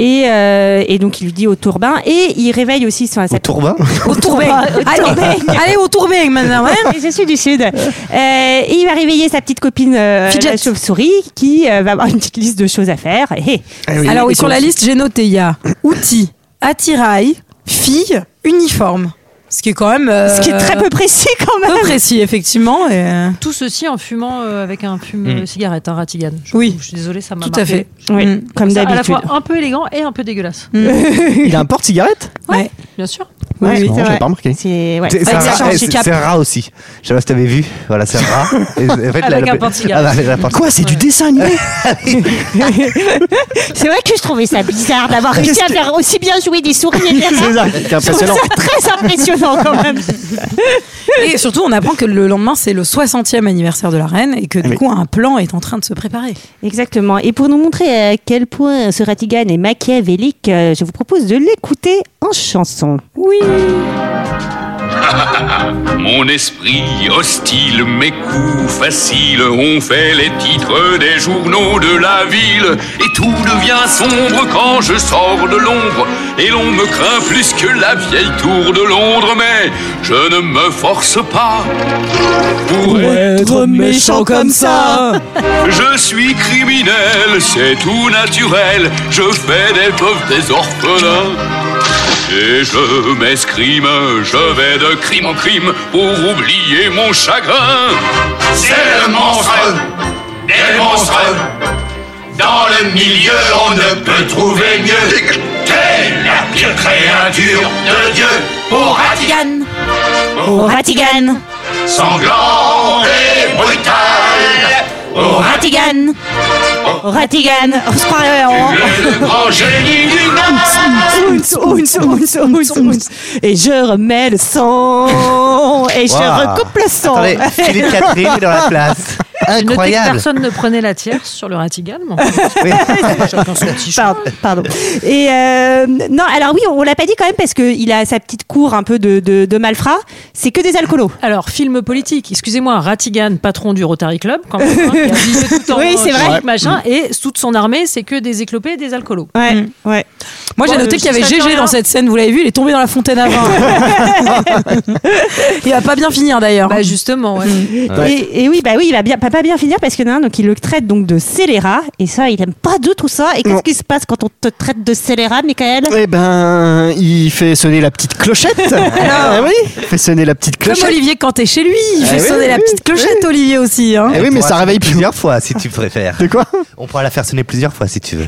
Et, euh, et donc il lui dit au tourbin et il réveille aussi son au tourbin Au tourbing. Allez, allez au tourbing maintenant. hein. Et Je suis du sud. Euh, et il va réveiller sa petite copine euh, Fidget. la chauve-souris qui euh, va avoir une petite liste de choses à faire. Et, Alors oui, et sur la donc- liste, j'ai noté, il y a outils, attirail, filles, uniforme. Ce qui est quand même... euh, Ce qui est très peu précis quand même. peu précis, effectivement. et, euh, Tout ceci en fumant euh, avec un Mm. fume cigarette, un Ratigan. Je, Oui. Je suis désolée, ça m'a Tout à marqué. fait. Oui, Mm. comme Ça, à la d'habitude. fois un peu élégant et un peu dégueulasse. Il a un porte-cigarette ouais. Bien sûr. Ouais, Oui, c'est non, j'avais vrai. pas remarqué. C'est ouais. C'est Avec un, sa rat- charge eh, chez c'est- Cap. c'est un rat aussi. Je sais pas si t'avais vu. Voilà, c'est un rat. Et, en fait, Avec la- un porte-cigarette. Ah, bah, la porte- Quoi, c'est du dessin animé C'est vrai que je trouvais ça bizarre d'avoir réussi à faire aussi bien jouer des souris et des rats. C'est ça, c'est Je trouvais impressionnant. ça très impressionnant quand même. Et surtout, on apprend que le lendemain, c'est le 60e anniversaire de la reine et que du Eh Oui. coup, un plan est en train de se préparer. Exactement. Et pour nous montrer à quel point ce Ratigan est machiavélique, euh, je vous propose de l'écouter en chanson. Oui. Mon esprit hostile, mes coups faciles, on fait les titres des journaux de la ville, et tout devient sombre quand je sors de l'ombre, et l'on me craint plus que la vieille tour de Londres, mais je ne me force pas pour Être méchant comme ça Je suis criminel, c'est tout naturel. Je fais des pauvres, des orphelins. Et je m'escrime, je vais de crime en crime pour oublier mon chagrin. C'est le monstre des monstres. Dans le milieu, on ne peut trouver mieux. T'es la pire créature de Dieu. Pour Yann Au Oh, Ratigan, sanglant et brutal. au Ratigan, au Ratigan. Oh, On se croirait euh, en... Le grand génie du Ounce, ounce, ounce, ounce, ounce. Et je remets le son. Et je Waouh. recoupe le son. Attendez, Philippe Catherine est dans la place. Notez que incroyable. personne ne prenait la tierce sur le Ratigan. mais Oui. Chacun son petit choix. Ah, Pardon. pardon. Et euh, non, alors oui, on, on l'a pas dit quand même parce qu'il a sa petite cour un peu de, de, de malfrats. C'est que des alcoolos. Alors, film politique, excusez-moi, Ratigan, patron du Rotary Club, quand même, hein, qui a visé tout en Oui, c'est vrai. chic, machin, et toute son armée, c'est que des éclopés et des alcoolos. Ouais, ouais. Moi, j'ai Bon, noté euh, qu'il y avait juste à GG Florian. dans cette scène, vous l'avez vu, il est tombé dans la fontaine à vin. il va pas bien finir d'ailleurs. Bah, justement, ouais. Et, et oui, bah oui, il va bien, pas bien finir parce qu'il y en a un donc il le traite donc de scélérat et ça, il aime pas de tout ça. Et qu'est-ce Non. qui se passe quand on te traite de scélérat, Michael Eh ben, il fait sonner la petite clochette. Ah oui, il fait sonner la petite Comme clochette. Olivier quand t'es chez lui, il fait oui, sonner oui, la petite oui. clochette, Olivier aussi. hein. Eh oui, mais ça réveille plusieurs. plusieurs fois si tu préfères. De quoi On pourra la faire sonner plusieurs fois si tu veux.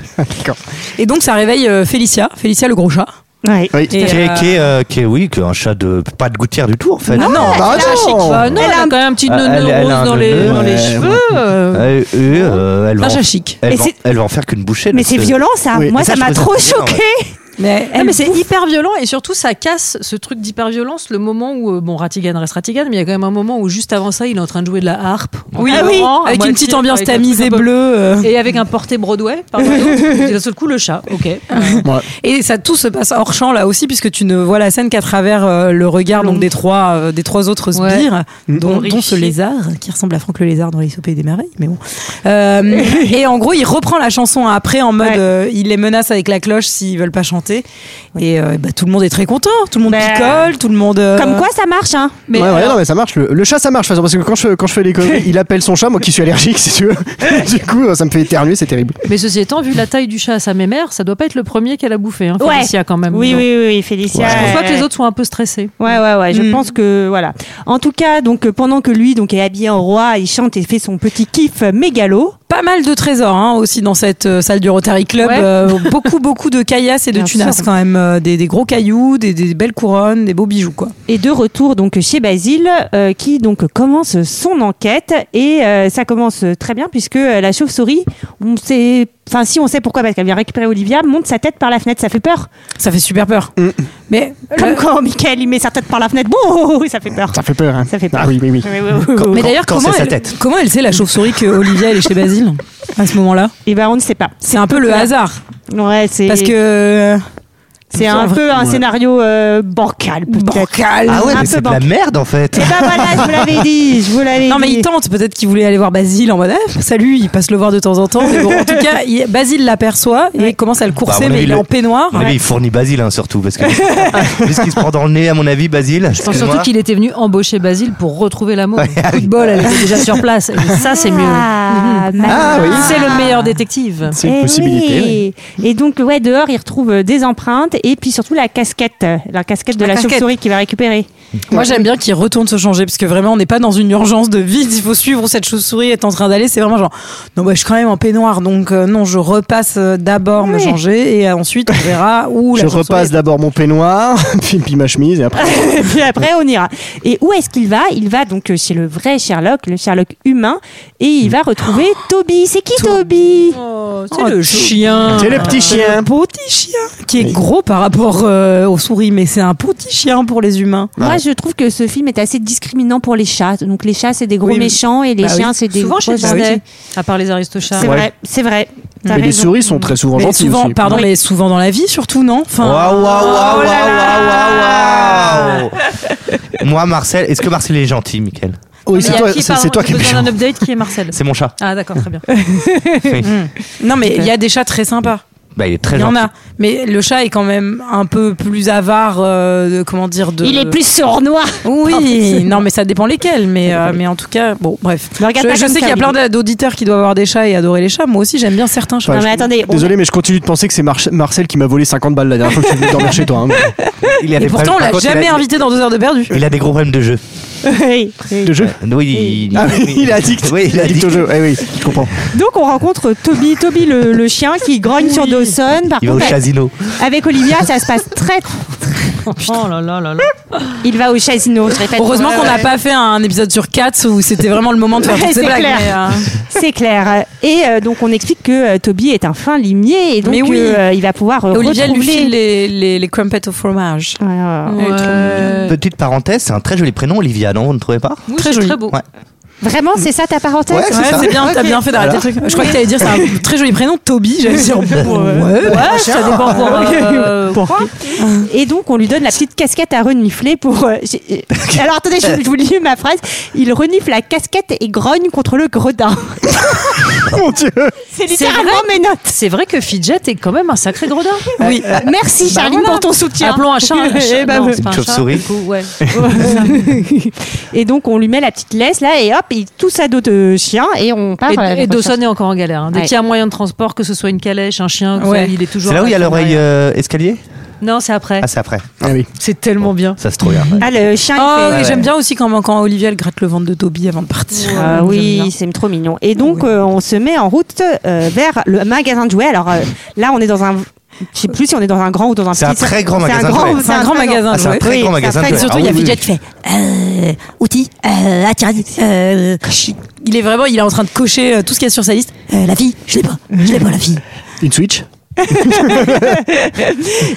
Et donc, ça réveille euh, Félicia, Félicia le gros chat. Ouais. Oui. Et, qui, est, euh, qui est, euh, qui est- oui, qui est un chat de pas de gouttière du tout en fait. Ah non, bah non. Bah, non, Elle elle, a a un- quand même un petit Ah, nœud elle- elle rose a un dans, les, nœud, dans les ouais. cheveux. Ah, euh, Euh, euh, elle va Un en- chat chic. Elle Mais va, c'est- elle va en faire qu'une bouchée. Mais dans c'est ce- violent ça. Oui, Moi, mais ça ça, m'a je trouve trop ça violent, choqué. Mais Non, mais c'est hyper violent et surtout ça casse ce truc d'hyper violence le moment où euh, bon Ratigan reste Ratigan mais il y a quand même un moment où juste avant ça il est en train de jouer de la harpe Oui, En ah oui, pleurant, à avec une moitié, petite ambiance avec un tamisée truc un peu- bleue. euh. et avec un porté Broadway par exemple. Et d'un seul coup le chat ok Et ça tout se passe hors champ là aussi puisque tu ne vois la scène qu'à travers euh, le regard donc des trois euh, des trois autres Ouais. sbires dont, dont ce Horrifié. lézard qui ressemble à Franck le lézard dans les sopés des merveilles mais bon. Euh, et en gros, il reprend la chanson après en mode Ouais. euh, il les menace avec la cloche s'ils veulent pas chanter et euh, bah, tout le monde est très content, tout le monde Bah. picole, tout le monde euh, Comme quoi, ça marche, hein. mais ouais, ouais, alors, non, mais ça marche. Le, le chat, ça marche. de toute façon, Parce que quand je, quand je fais les conneries, il appelle son chat, moi qui suis allergique, si tu veux. du coup, ça me fait éternuer, c'est terrible. mais ceci étant vu la taille du chat à sa mémère ça doit pas être le premier qu'elle a bouffé hein, Ouais. Félicia quand même Oui, Donc, oui, oui, oui, Félicia. je euh, crois que les autres sont un peu stressés Ouais, ouais, ouais. Je Mm. pense que voilà. En tout cas, donc euh, pendant que lui donc est habillé en roi, il chante et fait son petit kiff mégalo. pas mal de trésors hein, aussi dans cette euh, salle du Rotary Club. Ouais. euh, beaucoup, beaucoup de caillasses et de Bien tunasses sûr. quand même. euh, des, des gros cailloux, des, des belles couronnes, des beaux bijoux quoi. Et de retour donc chez Basile, euh, qui donc commence son enquête et euh, ça commence très bien puisque euh, la chauve-souris, on sait, enfin si on sait pourquoi parce qu'elle vient récupérer Olivia, monte sa tête par la fenêtre, ça fait peur. Ça fait super peur. Mais Comme quand Michael il met sa tête par la fenêtre, bon, ça fait peur. Ça fait peur. Hein. Ça fait peur. Ah oui, oui, oui. Oui, oui, oui, oui, oui. mais d'ailleurs, quand comment, c'est sa elle- tête. comment elle sait la chauve-souris que Olivia elle est chez Basile à ce moment-là Et ben on ne sait pas. C'est un peu le hasard Ouais, c'est parce que euh, c'est un peu un scénario euh, bancal peut-être. bancal. Ah ouais, Un mais peu c'est de la bancal. merde en fait. Eh ben voilà, je vous l'avais dit, je vous l'avais Non mais dit. il tente, peut-être qu'il voulait aller voir Basile en mode eh, salut, il passe le voir de temps en temps. Mais bon, en tout cas, il- Basile l'aperçoit et commence à le Bah, à courser, mon mais avis, il est le- en peignoir. Mais il fournit Basile hein, surtout parce que vu ce qu'il se prend dans le nez à mon avis Basile. Je pense surtout qu'il était venu embaucher Basile pour retrouver l'amour. Coup de bol, elle était déjà sur place. Et ça, c'est mieux. Ah, Ah oui. C'est le meilleur détective. C'est Eh une possibilité. oui. oui. Et donc, ouais, dehors, il retrouve euh, des empreintes et puis surtout la casquette, euh, la casquette de La la, casquette. chauve-souris qu'il va récupérer. Moi, j'aime bien qu'il retourne se changer parce que vraiment, on n'est pas dans une urgence de vite. Il faut suivre où cette chauve-souris est en train d'aller. C'est vraiment genre, non, bah, je suis quand même en peignoir, donc euh, non, je repasse euh, d'abord me Oui. changer et euh, ensuite on verra où la Je chauve-souris repasse est. d'abord mon peignoir, puis, puis ma chemise, et après. et puis après, on ira. Et où est-ce qu'il va Il va donc euh, chez le vrai Sherlock, le Sherlock humain, et il va retrouver Toby. C'est qui Toby Oh, c'est le chien. C'est le petit chien. Un petit chien qui est Oui. gros par rapport euh, aux souris, mais c'est un petit chien pour les humains. Moi, je trouve que ce film est assez discriminant pour les chats. Donc, les chats, c'est des gros Oui, oui. méchants et les Bah oui. chiens, c'est des Souvent chez grosses Disney, bêtises. à part les aristochats. C'est Ah Ouais. vrai, c'est vrai. T'as Mais les raison. souris sont très souvent Mais gentilles souvent, aussi. pardon, Oui. mais souvent dans la vie, surtout, non Waouh enfin, waouh waouh Oh là là. waouh waouh. Moi Marcel, est-ce que Marcel est gentil, Michael Oui, Il y c'est a toi, qui, c'est- pardon, c'est toi qui hein. j'ai es besoin méchant. d'un update qui est Marcel. C'est mon chat. Ah d'accord, très bien. Non, mais il y a des chats très sympas. Bah il est très Il y en gentil. a. Mais le chat est quand même un peu plus avare, euh, de- comment dire, de. Il est plus sournois. Oui, non, mais ça dépend lesquels. Mais, euh, mais en tout cas, bon, bref. Ne regarde je pas je comme sais ça, qu'il y a Olivier. plein d'a- d'auditeurs qui doivent avoir des chats et adorer les chats. Moi aussi, j'aime bien certains chats. Non, Ouais, mais je- attendez. on- Désolé, mais je continue de penser que c'est Marche- Marcel qui m'a volé 50 balles la dernière fois que je suis venu dormir chez toi. hein. Il a Et des pourtant, on problèmes- l'a par contre, il a- jamais invité dans deux heures de perdu. Il a des gros problèmes de jeu. Euh, Oui. De jeu Oui, Ah oui, il est addict. Oui, il est addict au jeu. Eh oui, je comprends. Donc on rencontre Toby, Toby le, le chien qui grogne sur Dawson. Par Il va au contre, casino. avec Olivia, ça se passe très. Oh là là là là. Il va au chasino. Je répète. Heureusement qu'on n'a pas fait un épisode sur Cats où c'était vraiment le moment de faire Ouais, toutes ces c'est blagues. clair. mais, euh, C'est clair. Et euh, donc on explique que euh, Toby est un fin limier et donc Mais oui. euh, il va pouvoir euh, Olivia lui retrouver. file les, les, les crumpets au fromage. Ouais, ouais, ouais. Ouais. Petite parenthèse, c'est un très joli prénom, Olivia, non Vous ne trouvez pas Oui, Très c'est joli. très beau. Ouais. Vraiment, c'est ça ta parenthèse Ouais, c'est Ouais, ça. c'est bien, t'as bien fait d'arrêter le truc. Je crois que t'allais dire, c'est un très joli prénom, Toby. J'allais dire, pour, euh, ouais, ça dépend pour. euh, Quoi Et donc, on lui donne la petite casquette à renifler pour. euh, j'ai- Alors, attendez, je, je vous lis ma phrase. Il renifle la casquette et grogne contre le gredin. Mon Dieu C'est C'est littéralement mes notes. C'est vrai que Fidget est quand même un sacré gredin. Oui. Merci, Bah Charline, voilà. pour ton soutien. Appelons un chat. Un chat. Eh ben, Non, ouais. c'est pas un chat, Chauve-souris. du coup, ouais. Et donc, on lui met la petite laisse là, et hop, il tousse à dos de chien, et on part. Et, à la et Dawson est encore en galère. hein. Dès Ouais. qu'il y a un moyen de transport, que ce soit une calèche, un chien, que Ouais. ça, il est toujours. C'est là où il y a derrière. l'oreille euh, escalier Non, c'est après. Ah, c'est après. C'est tellement bien. Ça se trouve bien. Ah, le chien, il Oh, fait- oui, ouais. j'aime bien aussi quand, quand Olivia elle gratte le ventre de Toby avant de partir. Ah J'aime oui, bien. c'est trop mignon. Et donc, euh, on se met en route euh, vers le magasin de jouets. Alors euh, là, on est dans un. Je sais plus si on est dans un grand ou dans un petit. C'est un très grand c'est un magasin de grand- jouets. C'est un grand magasin Ah, de c'est un jouets. très Oui, grand c'est magasin. après, de jouets. Surtout, il y a Ah oui, Fidget oui. qui fait euh, outils, euh, attiradi, euh, il est vraiment, il est en train de cocher euh, tout ce qu'il y a sur sa liste. Euh, la fille, je l'ai pas, je l'ai pas la fille. Une Switch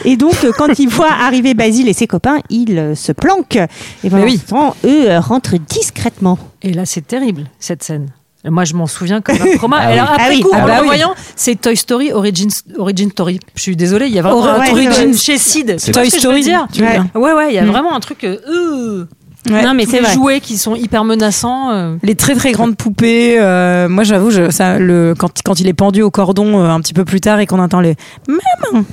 Et donc, euh, quand il voit arriver Basile et ses copains, il euh, se planque. Et pendant Mais oui. ce temps, eux euh, rentrent discrètement. Et là, c'est terrible, cette scène. Et Moi, je m'en souviens comme un trauma. Et alors, Ah après oui. coup, Ah en bah le oui. voyant, c'est Toy Story Origin, Origin Story. Je suis désolée, il y a vraiment Or- un ouais, origin ouais. chez Sid. Tu vois Toy ce que je veux Story, dire tu veux Ouais. dire. Ouais, ouais, il y a vraiment un truc. euh, euh, Ouais. Non, mais tous c'est les vrai. jouets qui sont hyper menaçants. euh. Les très très grandes poupées, euh, moi j'avoue, je- ça, le, quand, quand il est pendu au cordon euh, un petit peu plus tard et qu'on entend les maman,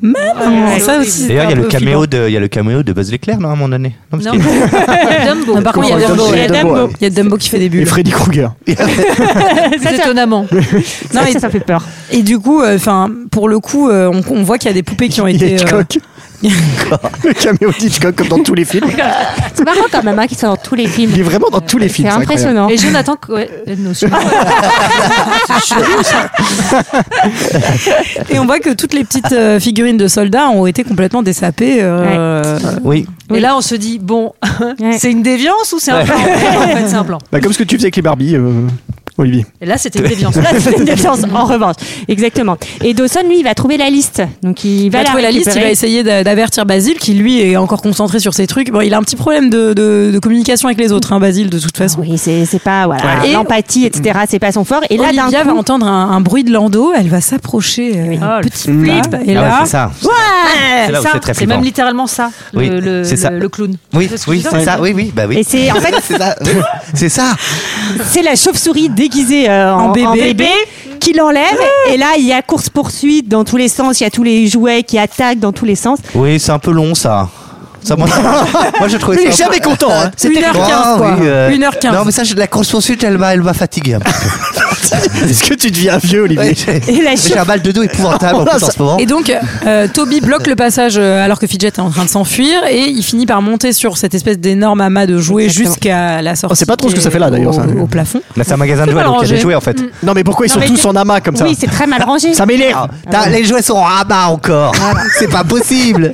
maman, Ouais, ça oui, aussi. D'ailleurs, il c'est y a un le peu caméo de, il y a le caméo de Buzz l'éclair, non, à un moment donné. Non, parce Non. qu'il- Dumbo. Non, par contre, il y a Dumbo. Dumbo, Il y a ouais. Dumbo, il y a Dumbo qui fait des Et bulles. Freddy Krueger. Plus étonnamment. Non, ça, mais- ça, ça fait peur. Et du coup, euh, enfin, pour le coup, euh, on, on voit qu'il y a des poupées qui ont Il y a été. euh, Hitchcock. le caméo d'Hitchcock, comme dans tous les films. C'est marrant quand même hein, qu'ils sont dans tous les films. Il est vraiment dans tous les films. C'est incroyable. impressionnant. Et Jonathan, ouais, euh, non, c'est- Et on voit que toutes les petites euh, figurines de soldats ont été complètement dessapées. euh, Oui. Et là, on se dit, bon, Ouais. c'est une déviance ou c'est un plan En fait, c'est un plan. Bah, comme ce que tu faisais avec les Barbie, euh, Olivier. Et là, c'était une déviance. Là, Là, c'est une défiance, en revanche. Exactement. Et Dawson, lui, il va trouver la liste. Donc, il Il va, va trouver la liste, il va récupérer. essayer d'a- d'avertir Basile qui lui est encore concentré sur ses trucs. Bon, il a un petit problème de, de- de communication avec les autres, hein, Basile, de toute façon. Ah Oui, c'est c'est pas. Voilà. Ouais. Et- L'empathie, etc., c'est pas son fort. Et là, d'un Olivia coup. va entendre un, un bruit de landau, elle va s'approcher, euh, un Oh, le petit flip, et Ah ouais, là, c'est ça. Ouais, C'est là où ça, c'est très c'est même flippant. littéralement ça, le, Oui, le, c'est ça. le- le clown. Oui, Tu vois ce que oui, je veux c'est dire ça. Oui, oui, bah Et oui. c'est en fait C'est ça. oui, C'est ça. c'est la chauve-souris déguisée euh, en, En bébé. en qui l'enlève et là il y a course poursuite dans tous les sens, il y a tous les jouets qui attaquent dans tous les sens. Oui, c'est un peu long ça. Ça, moi, moi, je trouvais Il est ça. jamais content, hein. C'était 1h15, quoi. oui, euh, 1h15. Non, mais ça, j'ai de la course poursuite, elle m'a, elle m'a fatigué. un peu. Est-ce que tu deviens vieux, Olivier Ouais, j'ai, Et la j'ai un mal de dos épouvantable en, Oh là, plus, en ça- ce moment. Et donc, euh, Toby bloque le passage euh, alors que Fidget est en train de s'enfuir et il finit par monter sur cette espèce d'énorme amas de jouets Exactement. jusqu'à la sortie. On sait Oh, pas trop ce que qui ça fait là, est d'ailleurs, ça. Au, au plafond. Là, c'est un magasin de C'est jouets, mal donc il y a des rangé. jouets en fait. Non, mais pourquoi ils Non, sont mais tous c'est- en amas comme ça Oui, c'est très mal rangé. Ça m'énerve. Ah, t'as- les jouets sont en rabat encore. C'est pas possible.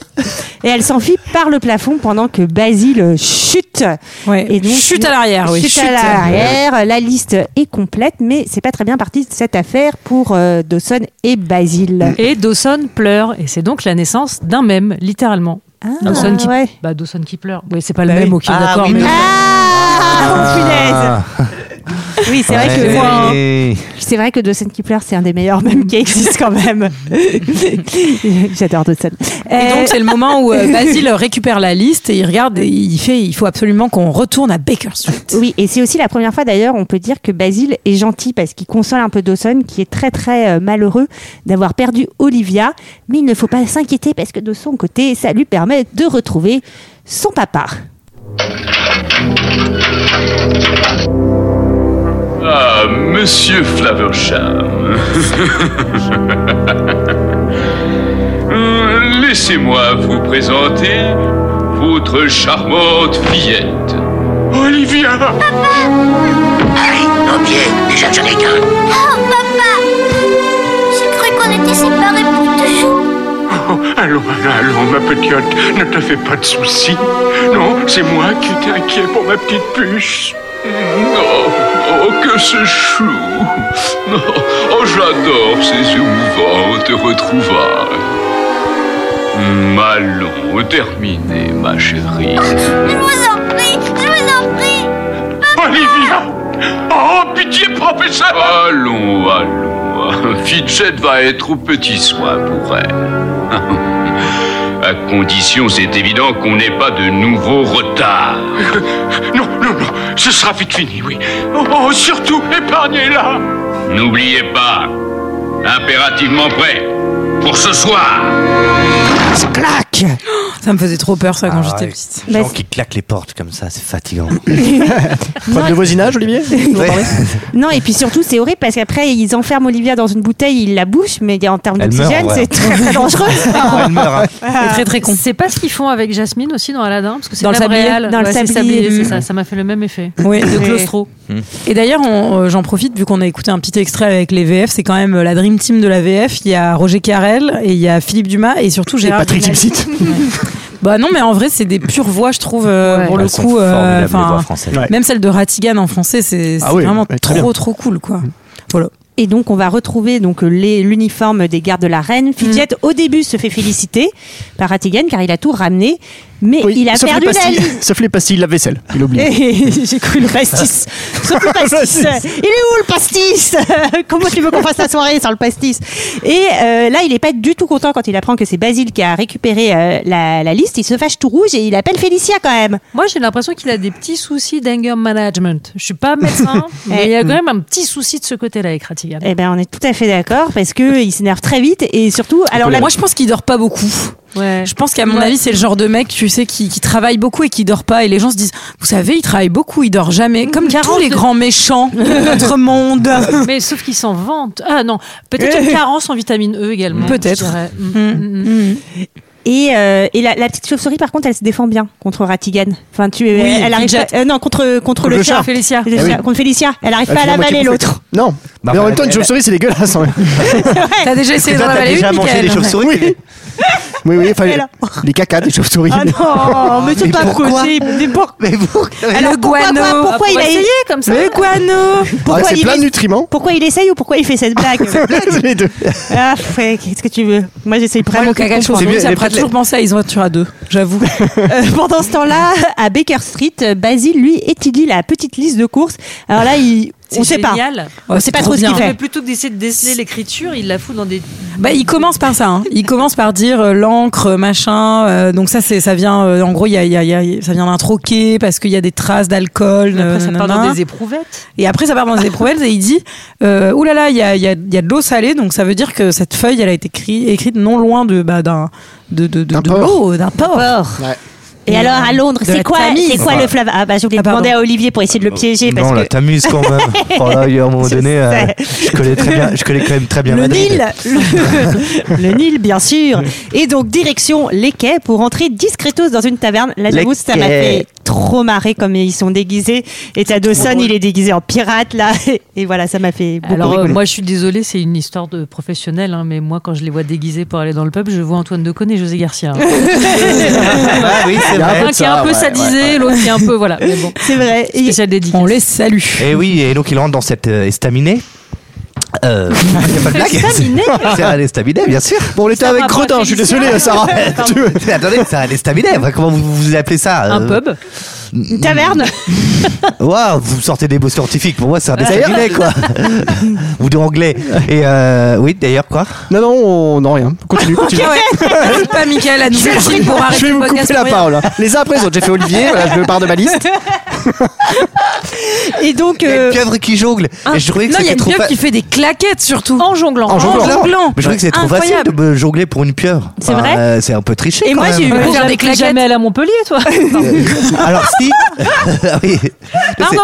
Et elle s'enfuit par le plafond pendant que Basile chute. Ouais. Et donc- chute à Ah l'arrière, oui. chute, à l'arrière. La liste est complète, mais c'est pas très bien parti cette affaire pour euh, Dawson et Basile. Et Dawson pleure, et c'est donc la naissance d'un mème, littéralement. Dawson qui, Ah, ouais. bah, Dawson qui pleure. Oui, c'est pas le Bah même, oui. ok, Ah, d'accord. oui, mais- non. Ah, oh, punaise. Oui, c'est vrai que moi, hein, Ouais. C'est vrai que Dawson Kipler, c'est un des meilleurs mêmes qui existe quand même. J'adore Dawson. Et donc, c'est le moment où euh, Basile récupère la liste et il regarde et il fait il faut absolument qu'on retourne à Baker Street. oui, et c'est aussi la première fois d'ailleurs, on peut dire que Basile est gentil parce qu'il console un peu Dawson qui est très très euh, malheureux d'avoir perdu Olivia. Mais il ne faut pas s'inquiéter parce que de son côté, ça lui permet de retrouver son papa. Ah, monsieur Flaversham. Hum, Laissez-moi vous présenter votre charmante fillette. Olivia Harry, au pied, déjà j'en ai qu'un. J'ai cru qu'on était séparés pour toujours. Oh, Allons, allons, ma petite, ne te fais pas de soucis. Non, c'est moi qui t'ai inquiet pour ma petite puce. Oh, oh, que c'est chou. Oh, oh, j'adore ces émouvantes retrouvailles. Hum, Allons, terminez, ma chérie. Je vous en prie, je vous en prie. Olivia Oh, pitié, professeur Allons, allons. Fidget va être au petit soin pour elle. À condition, c'est évident, qu'on n'ait pas de nouveaux retards. Non, non, non, ce sera vite fini, oui. Oh, oh, surtout, épargnez-la N'oubliez pas, impérativement prêt, pour ce soir. Clac Ça me faisait trop peur ça quand Ah j'étais ouais, petite. les gens qui claquent les portes comme ça, c'est fatigant. Problème de voisinage, Olivier Vous en parlez Non, et puis surtout, c'est horrible parce qu'après, ils enferment Olivia dans une bouteille, ils la bouchent, mais en termes Elle meurt, d'oxygène, ouais. c'est très, très dangereux. Elle meurt. hein. C'est très très con. C'est pas ce qu'ils font avec Jasmine aussi dans Aladdin parce que c'est Dans le même sablier. réel. Dans le Ouais, c'est sablier, sablier, c'est mm. ça. Ça m'a fait le même effet. Oui. De Et- claustro. Hmm. Et d'ailleurs, on- euh, j'en profite vu qu'on a écouté un petit extrait avec les VF, c'est quand même euh, la Dream Team de la VF. Il y a Roger Carrel et il y a Philippe Dumas et surtout Gérard. Patrick Vignal. Timsit. Bah non, mais en vrai, c'est des pures voix, je trouve, euh, Ouais. pour le Elles sont coup. euh, formidables, les enfin, voix françaises. Ouais. Même celle de Ratigan en français, c'est c'est Ah oui, vraiment ouais, très trop bien. trop cool quoi. Hmm. Voilà. Et donc, on va retrouver donc les- l'uniforme des gardes de la Mm. reine. Fidget, au début, se fait féliciter par Ratigan car il a tout ramené, mais Oui, il a sauf perdu les la pastilles, liste. Sauf les pastilles, la vaisselle. Il oublie. Et J'ai cru le pastis. Sauf le pastis. Il est où le pastis Comment tu veux qu'on fasse la soirée sans le pastis Et euh, là, il est pas du tout content quand il apprend que c'est Basile qui a récupéré euh, la, la liste. Il se fâche tout rouge et il appelle Félicia quand même. Moi, j'ai l'impression qu'il a des petits soucis d'anger management. Je suis pas médecin, mais Eh. il y a quand même un petit souci de ce côté-là avec Ratigan. Eh ben, on est tout à fait d'accord parce que il s'énerve très vite et surtout, alors là, moi, je pense qu'il dort pas beaucoup. Ouais. Eh. Je pense qu'à mon Ouais. avis, c'est le genre de mec, tu sais, qui, qui travaille beaucoup et qui dort pas. Et les gens se disent, vous savez, il travaille beaucoup, il dort jamais. Comme tous carence les de- grands méchants de notre monde. Mais sauf qu'il s'en vante. Ah non, peut-être une carence en vitamine E également. Peut-être. je dirais. Mm, mm, mm. et, euh, et la, la petite chauve-souris, par contre, elle se défend bien contre Ratigan. Enfin, tu, elle, elle arrive Fidget. pas- euh, non contre contre le, le chat. Ah chat. Félicia. Le chat, Contre Félicia, elle arrive pas à Ah, tu vois, moi, l'avaler tu bouffes- l'autre. Non. Bah, mais en bah, même temps, une bah, chauve-souris, c'est dégueulasse. hein. T'as déjà essayé Toi, d'en t'as avaler déjà une, mangé des Michael chauves-souris Oui, oui, enfin, Elle- les cacas des chauves-souris. Ah non, Ah, mais c'est Mais pas pourquoi possible. Mais pour- Mais vous Alors, Le pourquoi- pourquoi- guano. Ah, Pourquoi On il va a essayer comme ça. Le guano. Pourquoi Ah, c'est il plein est- de nutriments. Pourquoi il essaye ou pourquoi il fait cette blague les deux. Ah, ouais, qu'est-ce que tu veux Moi, j'essaye Moi, vraiment le de caca de comprendre. chauve-souris, mieux, ça les me fera pâtes- toujours penser à Ils ont à deux, j'avoue. Euh, pendant ce temps-là, à Baker Street, euh, Basile, lui, étudie la petite liste de courses. Alors là, il... on sait pas. génial. On sait pas trop ce qu'il bien. Mais fait. plutôt que d'essayer de déceler l'écriture, il la fout dans des. Bah, il commence par ça. hein. Il commence par dire euh, l'encre, machin. euh, donc ça, c'est ça vient. euh, en gros, il y a, il y a- il y a- ça vient d'un troquet parce qu'il y a des traces d'alcool. euh, Après, ça nanana. part dans des éprouvettes. Et après, ça part dans des éprouvettes et il dit euh, Ouh là là, il y a, il y a- il y a de l'eau salée, donc ça veut dire que cette feuille, elle a été écrit- écrite non loin de, bah, d'un, de, de, de, D'un de port. l'eau, d'un port. Et alors, à Londres, De la c'est quoi, Tamise. c'est quoi le flav Ah, bah, je voulais Ah, pardon. demander à Olivier pour essayer de le piéger. Non, là, parce que... t'amuses quand même. Oh là, il y a un moment Je donné, euh, sais. je connais très bien, je connais quand même très bien le Madrid. Nil, le, le Nil, bien sûr. Et donc direction les quais pour entrer discretos dans une taverne. Là, Les j'avoue, ça m'a quais. fait trop marrer comme ils sont déguisés. Et t'as Dawson, il est déguisé en pirate là. Et voilà, ça m'a fait beaucoup Alors, euh, rigoler. moi, je suis désolée, c'est une histoire de professionnel, hein, mais moi, quand je les vois déguisés pour aller dans le pub, je vois Antoine Decaune et José Garcia. hein. Ah oui, c'est Ah, Un vrai. qui est un peu sadisé, l'autre qui est un peu. Voilà. Mais bon, C'est vrai. Et- spécial dédicace. On les salue. Et Eh oui, et donc il rentre dans cette euh, estaminée. Euh, y a pas de blague. Estaminée C'est à l'estaminée, bien sûr. Bon, on était Ça avec va, Cretin, je suis désolé, Sarah. Tu veux- Mais attendez, c'est à l'estaminée. enfin, Comment vous, vous appelez ça Un euh, pub. Une taverne. Waouh, vous sortez des mots scientifiques. Pour moi, c'est un estaminée, quoi. Ou de anglais. Et euh, oui, d'ailleurs, quoi. Non, non, on... non, rien. Continue, continue. N'hésite pas, Michael, à nous faire pour arrêter Je vais le vous podcast couper la pour rien. parole. Les uns après les autres. J'ai fait Olivier, voilà, je me pars de ma liste. Et donc. Il y a euh, une pieuvre qui jongle. Et je trouvais que Non, il y a c'était une trop pieuvre fa- qui fait des claquettes surtout. En jonglant. En Oh. jonglant. en jonglant. Mais je trouvais que c'était trop Incroyable. facile de me jongler pour une pieuvre. C'est Enfin, vrai euh, C'est un peu triché. Et quand moi, même. j'ai eu Vous beaucoup Faire des n'avez claquettes. jamais allé à Montpellier, toi Alors si. Ah oui. Mais c'est- Pardon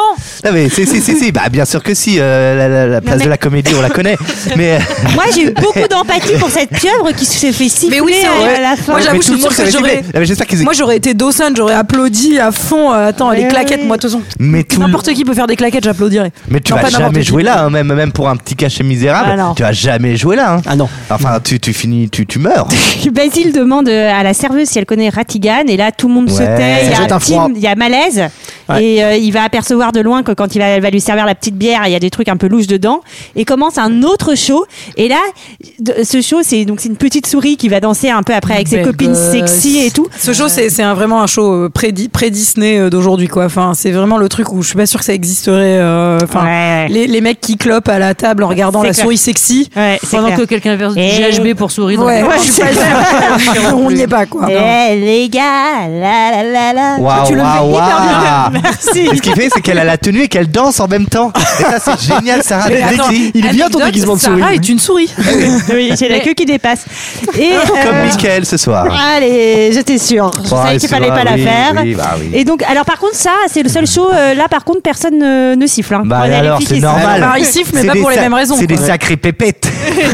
Non mais si si si si. Bah bien sûr que si. euh, la, la- la place mais- de la comédie on la connaît. Mais euh, Moi, j'ai eu beaucoup d'empathie pour cette pieuvre qui se fait siffler Mais oui, c'est à horrible. la fin. Moi, j'avoue, mais je tout le suis monde sûre savait que filmer. j'aurais- Non, mais j'espère qu'ils. Moi j'aurais été Dawson, j'aurais applaudi à fond. euh, attends, les Mais claquettes, oui. moi de toute façon. Mais tout le- N'importe qui peut faire des claquettes, j'applaudirais. Mais tu Non, vas pas n'importe jamais qui. jouer là, hein, même même pour un petit cachet misérable. Ah, non. tu vas jamais jouer là. hein. Ah non. Enfin tu tu finis tu tu meurs. Basile euh, demande à la serveuse si elle connaît Ratigan. Et là, tout le monde se Ouais. tait. Il y Ça a jette un petit- froid. il y a malaise. Ouais. Et euh, il va apercevoir de loin que quand il va, elle va lui servir la petite bière, il y a des trucs un peu louches dedans. Et commence un autre show. Et là, de- ce show, c'est donc c'est une petite souris qui va danser un peu après avec ses Belle copines gosse. sexy et tout. Ce show, c'est c'est un- vraiment un show euh, pré- di- pré-Disney euh, d'aujourd'hui, quoi. Enfin, c'est vraiment le truc où je suis pas sûre que ça existerait. euh, Enfin, les, les mecs qui clopent à la table en regardant C'est la clair. souris sexy. c'est Pendant clair. que quelqu'un verse du Et- GHB pour sourire. Ouais, ouais, je suis pas sûre. On n'y est pas, quoi. Eh les gars, la la la la. Waouh, tu le fais waouh, hyper waouh. bien. Merci. Et Ce qui fait, c'est qu'elle a la tenue et qu'elle danse en même temps. Et ça, c'est génial, Sarah. Mais Dès que- attends, il est bien ton anecdote, déguisement de souris. Sarah est une souris. oui, c'est la queue qui dépasse. Et Comme euh, Michael ce soir. Allez, j'étais sûre. Je Ah. Ouais, savais c'est qu'il fallait vrai, pas la oui, faire. oui, bah oui. Hmm. Et donc, alors par contre, ça, c'est le seul show. euh, là, par contre, personne ne, ne siffle. hein. Bah Prenez les Bah, alors, filles c'est qui sifflent. normal. Alors, ils sifflent, mais C'est pas des pour les sac- mêmes raisons, C'est des quoi. sacrées pépettes.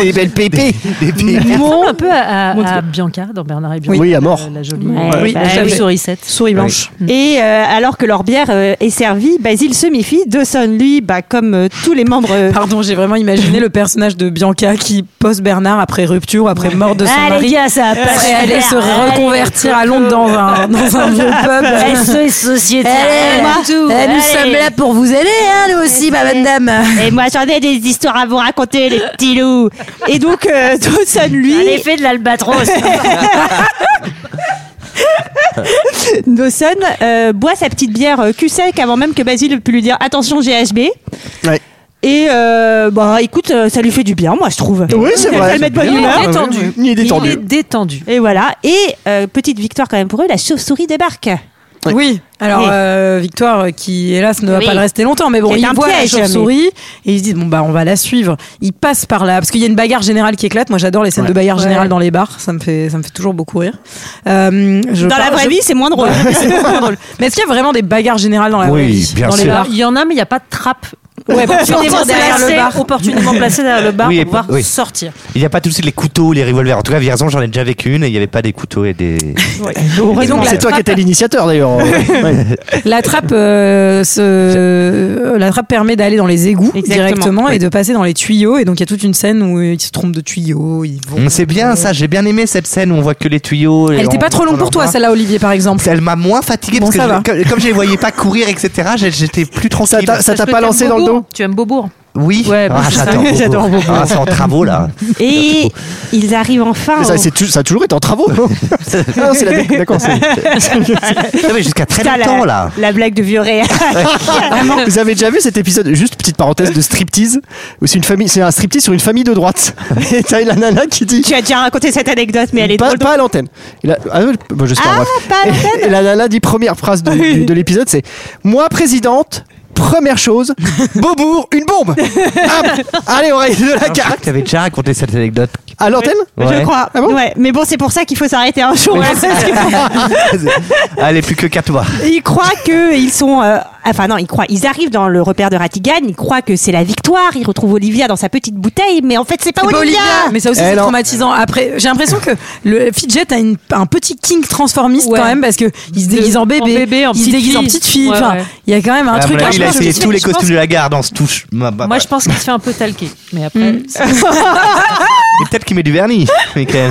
des belles pépettes. Des pépettes. ressemble un peu à, à- à Bianca dans Bernard et Bianca. Oui, à la- mort. La, jolie, Ouais, euh, oui, la bah, jolie oui. sourisette. Souris blanche. Et euh, alors que leur bière euh, est servie, Basile se méfie. Dawson, lui, bah, comme euh, tous les membres. euh, Pardon, j'ai vraiment imaginé le personnage de Bianca qui pose Bernard après rupture, après mort de son Ah, les mari. gars, ça va pas Après aller se reconvertir à Londres dans un, dans un vieux pub. SOS Société. Allez, moi, Eh, allez. pour vous aider, hein, nous aussi, ma bonne dame. Et moi, j'en ai des histoires à vous raconter, les petits loups. Et donc, euh, Dawson, lui. L'effet de l'albatros. Dawson euh, boit sa petite bière euh, cul sec avant même que Basile ait pu lui dire attention GHB. Ouais. Et euh, bah écoute, euh, ça lui fait du bien, moi je trouve. Oui, c'est Ça vrai. le met de bonne Il humeur. est détendu. Il est Il est détendu. détendu. Et voilà. Et euh, petite victoire quand même pour eux, la chauve-souris débarque. Oui. Alors, Oui. euh, Victoire, euh, qui hélas ne va Oui. pas le rester longtemps, mais bon, C'est il un voit la piège, chauve-souris et il se dit bon bah on va la suivre. Il passe par là parce qu'il y a une bagarre générale qui éclate. Moi, j'adore les scènes de bagarre Ouais. générale dans les bars. Ça me fait ça me fait toujours beaucoup rire. Euh, je Dans la parle- vraie je- vie, c'est moins drôle. C'est pas drôle. Mais est-ce qu'il y a vraiment des bagarres générales dans la vraie Oui, vie bien dans les sûr. bars Il y en a, mais il n'y a pas de trappe. Ouais, pour sortir Opportunément derrière le bar. Opportunément placée derrière le bar Oui, et pour pouvoir oui. sortir. Il n'y a pas tout de suite les couteaux, les revolvers. En tout cas, à Vierzon, j'en ai déjà vécu une et il n'y avait pas des couteaux et des. Heureusement, donc, la c'est toi qui trappe- étais l'initiateur d'ailleurs. Ouais. La trappe, euh, se- euh, la trappe permet d'aller dans les égouts Exactement. directement et de passer dans les tuyaux. Et donc il y a toute une scène où ils se trompent de tuyaux. Ils vont. Hum, C'est bien ça, j'ai bien aimé cette scène où on voit que les tuyaux. Elle n'était pas trop longue pour toi, celle-là, Olivier, par exemple. Elle m'a moins fatigué Bon, parce que ça je- va. comme- comme je les voyais pas courir, etc., j'ai- j'étais plus Ça tranquille. t'a- ça Parce t'a que pas t'aimes lancé dans le dos Beaubourg. Tu aimes Beaubourg Oui, Ouais, ah, parce que j'adore. j'adore beaucoup. Ah, c'est en travaux là. Et ils arrivent enfin. Mais ça, Oh. au- c'est tu- ça a toujours été en travaux. non Ah non, c'est la dé- D'accord. c'est- Non, mais jusqu'à très Putain, longtemps la, là. la blague de vieux réel. Ah, Vous avez déjà vu cet épisode Juste petite parenthèse de striptease. où C'est une famille, c'est un striptease sur une famille de droite. Et t'as la nana qui dit. tu as déjà raconté cette anecdote, mais elle est pas, drôle. pas à l'antenne. Et la- ah, euh, bon, j'espère, Ah, bref. pas à Et, la nana dit première phrase Ah de, du- de l'épisode, c'est moi présidente. Première chose, Beaubourg, une bombe. Hop, allez, oreille de la Je crois que carte. t'avais déjà raconté cette anecdote. À l'antenne Je Ouais. crois. Ah bon ouais. Mais bon, c'est pour ça qu'il faut s'arrêter un jour. hein, parce que- Allez, plus que 4 mois. Ils croient que ils sont. euh, enfin non, ils croient. Ils arrivent dans le repère de Ratigan. Ils croient que c'est la victoire. Ils retrouvent Olivia dans sa petite bouteille, mais en fait c'est pas C'est pas Olivia. Bah, Olivia. Mais ça aussi, Eh c'est non. traumatisant. Après, j'ai l'impression que le Fidget a une- un petit kink transformiste Ouais. quand même parce que il se déguise en bébé, En bébé, en il se petite déguise en fille. petite fille. Ouais, Enfin, ouais. il y a quand même un À truc. mon Moi, avis, je il a pense que essayé c'est- tous les je pense costumes de la garde en se touche. Bah, bah, Moi, bah. je pense qu'il se fait un peu talquer. Mais après, c'est- Et Peut-être qu'il met du vernis, Michael.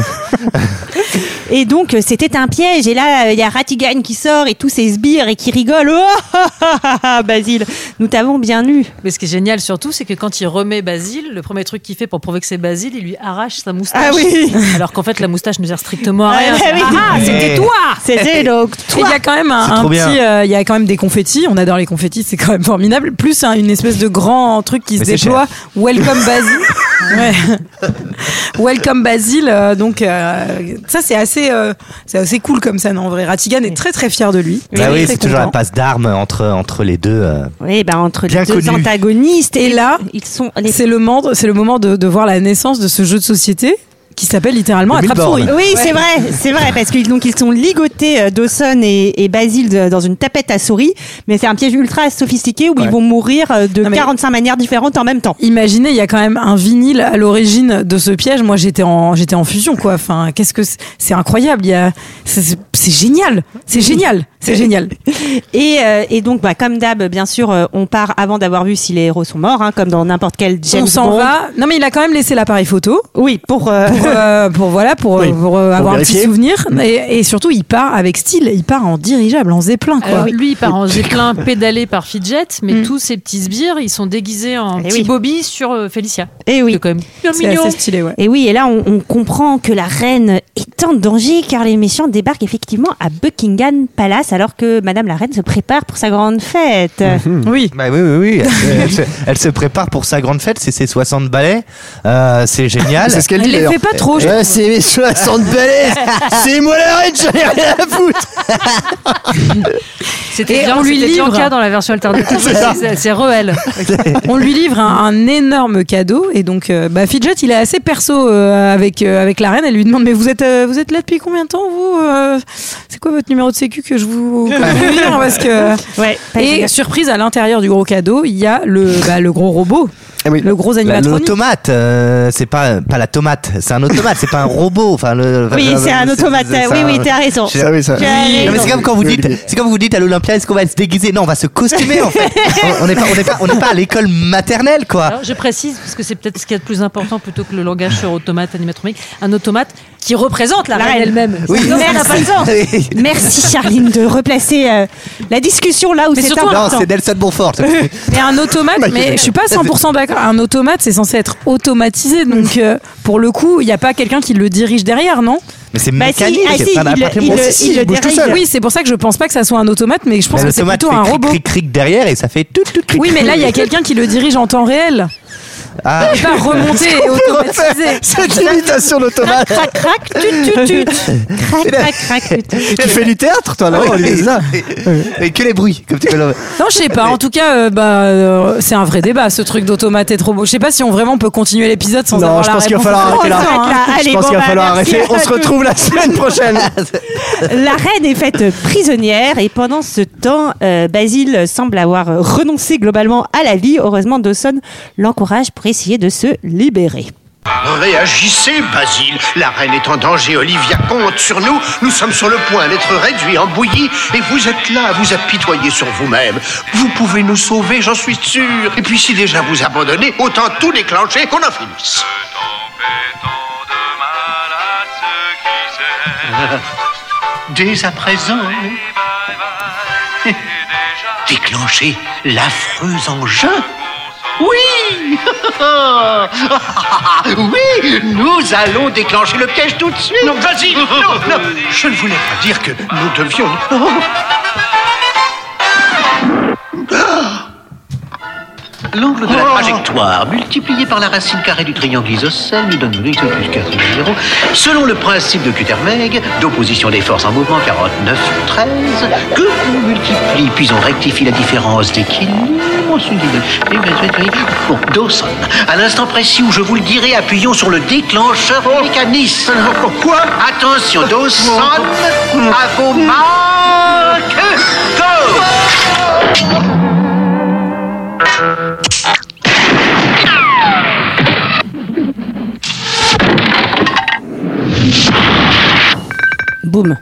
Et donc euh, c'était un piège. Et là, euh, il y a Ratigan qui sort et tous ses sbires et qui rigolent. Oh, ah, ah, ah, ah, Basile, nous t'avons bien eu. mais ce qui est génial surtout, c'est que quand il remet Basile, le premier truc qu'il fait pour prouver que c'est Basile, il lui arrache sa moustache. Ah oui. Alors qu'en fait, la moustache ne sert strictement à rien. Ah, oui. Ah, c'était toi C'était donc Et il toi. y a quand même un, C'est un trop bien. petit, euh, il y a quand même des confettis. On adore les confettis, c'est quand même formidable. Plus un- une espèce de grand truc qui Mais se c'est déploie. Welcome Basile. Ouais. Welcome Basile. euh, donc euh, ça c'est assez, euh, c'est assez cool comme ça, non En vrai, Ratigan est très très fier de lui. Il Bah est oui, très c'est toujours la content. passe d'armes entre, entre les deux. euh. Oui, ben entre les Bien deux connu. antagonistes. Et là, ils sont les. C'est le moment, c'est le moment de, de voir la naissance de ce jeu de société qui s'appelle littéralement Le Attrape souris. Milborn. Oui, c'est vrai, c'est vrai, parce qu'ils donc ils sont ligotés euh, Dawson et, et Basile de- dans une tapette à souris, mais c'est un piège ultra sophistiqué où ils vont mourir euh, de Non, mais- 45 manières différentes en même temps. Imaginez, il y a quand même un vinyle à l'origine de ce piège. Moi, j'étais en, j'étais en fusion, quoi. Enfin, qu'est-ce que c'est, c'est incroyable. Il y a, c'est, c'est- c'est génial, c'est génial, c'est génial. Et, euh, et donc, bah, comme d'hab, bien sûr, euh, on part avant d'avoir vu si les héros sont morts, hein, comme dans n'importe quel James On s'en Bond. va. Non, mais il a quand même laissé l'appareil photo. Oui, pour, euh, Pour euh, pour voilà pour, Oui, pour, euh, pour avoir un vérifier. Mm. petit souvenir. Et, et surtout, il part avec style. Il part en dirigeable, en zeppelin. Quoi. Mm. Alors, Euh, lui, il part en zeppelin pédalé par Fidget, mais tous ces petits sbires, ils sont déguisés en petits oui. bobby sur euh, Félicia. Et eh oui. Bien Eh C'est mignon. assez stylé, ouais. Et oui, et là, on, on comprend que la reine est en danger car les méchants débarquent effectivement à Buckingham Palace alors que Madame la reine se prépare pour sa grande fête. Oui. Bah oui, oui, oui. Elle, se- elle se, elle se prépare pour sa grande fête, c'est ses 60 balais. Euh, c'est génial. C'est ce qu'elle dit Elle les d'ailleurs. fait pas trop. je Ouais, trouve. c'est mes 60 balais C'est moi la reine, j'en ai rien à foutre C'était Et bien, on lui c'était livre. Bianca dans la version alternative. C'est ça. C'est- C'est Roel. On lui livre un, un énorme cadeau et donc euh, bah, Fidget il est assez perso euh, avec euh, avec la reine. Elle lui demande mais vous êtes euh, vous êtes là depuis combien de temps vous Euh, C'est quoi votre numéro de sécu que je vous que je vous vire parce que Ouais, pas et évident. surprise à l'intérieur du gros cadeau il y a le bah, le gros robot Ah oui. le gros Eh La- animatronique. L'automate, euh, c'est pas pas la tomate, c'est un automate, c'est pas un robot. Enfin, le, Oui, enfin, c'est un automate. c'est Oui, un- oui, t'as raison. C'est- Ah oui, ça. Tu as Non, mais raison. c'est comme quand vous Je dites, l'ai. c'est comme vous dites à l'Olympia, est-ce qu'on va se déguiser Non, on va se costumer en fait. On- On n'est pas, on n'est pas, on n'est pas à l'école maternelle quoi. Alors, je précise, parce que c'est peut-être ce qui est le plus important plutôt que le langage sur automate animatronique, un automate qui représente la, La reine, reine. elle-même. Oui. Sinon, ça n'a pas de sens. Oui. Merci Charline de replacer euh, la discussion là où Mais c'est surtout, important. Non, c'est Nelson Bonfort. Mais un automate, Bah, mais je suis pas 100% d'accord. Un automate, c'est censé être automatisé, Mm. donc euh, pour le coup, il n'y a pas quelqu'un qui le dirige derrière, non Mais c'est Bah si, mécanique. ah si, enfin, il- après, il- bon, il- si, il si, le bouge tout dirige. seul. Oui, c'est pour ça que je pense pas que ce soit un automate, mais je pense Mais que c'est Bah, l'automate plutôt fait un cric, robot. cric, cric derrière et ça fait tout, tout, cric, Oui, mais là, il y a cric. quelqu'un qui le dirige en temps réel. Ah. Pas remonter et automatiser. Cette imitation d'automate Crac crac tut tut tut. Crac crac crac tut, tut. Tu fais du théâtre, toi, là Oui, c'est ça. Mais que les bruits, comme tu connais. Non, je sais pas. En tout cas, euh, bah, euh, c'est un vrai débat, ce truc d'automate et de robot. Je sais pas si on vraiment peut continuer l'épisode sans Non, avoir je la pense qu'il va réponse. falloir On arrêter là. s'arrête là. Oh, Je Allez, pense bon, qu'il va bah, falloir merci arrêter. à On se tous. retrouve la semaine prochaine. La reine est faite prisonnière et pendant ce temps, euh, Basile semble avoir euh, renoncé globalement à la vie. Heureusement, Dawson l'encourage pour essayer de se libérer. Réagissez, Basile. La reine est en danger. Olivia compte sur nous. Nous sommes sur le point d'être réduits en bouillie. Et vous êtes là à vous apitoyer sur vous-même. Vous pouvez nous sauver, j'en suis sûr. Et puis si déjà vous abandonnez, autant tout déclencher qu'on en finisse. Dès à présent, déclenchez l'affreux engin. Oui Oui Nous allons déclencher le piège tout de suite Non, vas-y Non, non Je ne voulais pas dire que nous devions... L'angle de la trajectoire multiplié par la racine carrée du triangle isocèle nous donne x plus 4 égale 0. Selon le principe de Qutermeg, d'opposition des forces en mouvement 49, 13, que on multiplie, puis on rectifie la différence d'équilibre. on se dit de- oui, oui, oui, oui. Bon, Dawson, à l'instant précis où je vous le dirai, appuyons sur le déclencheur du mécanisme. Quoi Attention, Dawson, à vos marques, go Boum.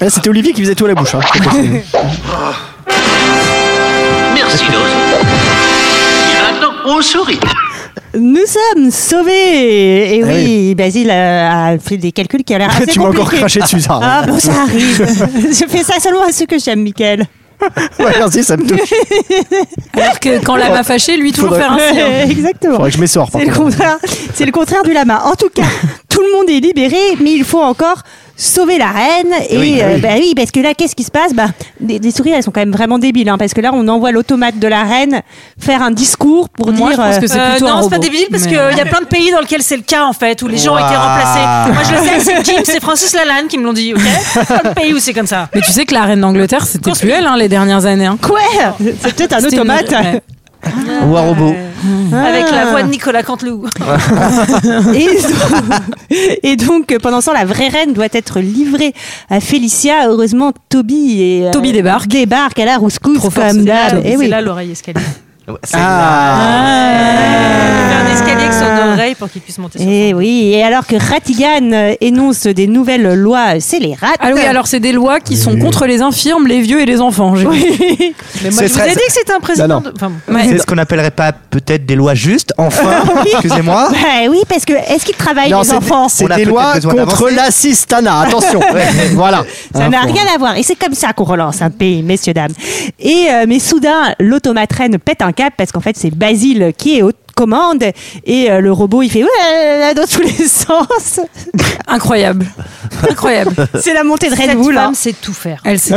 Ah, C'était Olivier qui faisait tout à la bouche. hein. Merci, Dawson. Et maintenant, on sourit. Nous sommes sauvés. Et Ah oui, Basile euh, a fait des calculs qui a l'air assez tu m'as encore compliqués. craché dessus, ça. hein. Ah bon, ça arrive. Je fais ça seulement à ceux que j'aime, Michael. Ouais, merci, ça me touche. Alors que quand la m'a fâché, lui, toujours Faudrait- faire un signe. Exactement. Faudrait que je m'essore, par C'est le contre. contraire. C'est le contraire du lama. En tout cas, tout le monde est libéré, mais il faut encore sauver la reine. Et Eh Oui, euh, bah oui, parce que là, qu'est-ce qui se passe Bah, des, des souris, elles sont quand même vraiment débiles, hein, parce que là, on envoie l'automate de la reine faire un discours pour dire. Moi, je pense que euh, C'est plutôt un non, c'est pas robot. débile parce Mais- euh, qu'il y a plein de pays dans lesquels c'est le cas en fait, où les gens ont été Ouah. Ah. remplacés. Moi je le sais, c'est Jim, c'est Francis Lalanne qui me l'ont dit, ok Plein de pays où c'est comme ça. Mais tu sais que la reine d'Angleterre, c'était plus elle hein, les dernières années. hein. Ouais, c'est peut-être un C'était une- automate. Ah. ouais. Ou un robot. Ah. Avec la voix de Nicolas Canteloup. Et donc, et donc, euh, pendant ce temps, la vraie reine doit être livrée à Félicia. Heureusement, Toby et euh, Toby débarque. débarque à la rouscousse Trop fort, comme c'est là, d'hab. C'est Eh oui. là l'oreille escalier. Ouais, c'est- Ah. Euh, Il fait un escalier avec son oreille pour qu'il puisse monter sur Et Eh oui, et alors que Ratigan euh, énonce des nouvelles lois scélérates. Ah oui, alors c'est des lois qui sont contre les infirmes, les vieux et les enfants. j'ai- Bah, Mais moi, C'est je vous très- ai dit que c'était un président Non, non. de- Ouais. C'est ce qu'on appellerait pas peut-être des lois justes, enfin, excusez-moi. Bah oui, parce que est-ce qu'ils travaillent Non, les c'est- enfants c'est On a des peut-être lois besoin contre d'avancer. l'assistanat. Attention. Ouais. voilà. Ça Hein, n'a faut- rien à voir. Et c'est comme ça qu'on relance un pays, messieurs, dames. Et, euh, mais soudain, l'automate reine pète un câble parce qu'en fait, c'est Basile qui est aux commandes et euh, le robot, il fait ouais, dans tous les sens. Incroyable. Incroyable. C'est la montée de Red Cette Bull. hein. Euh, femme sait tout faire. Elle, sait-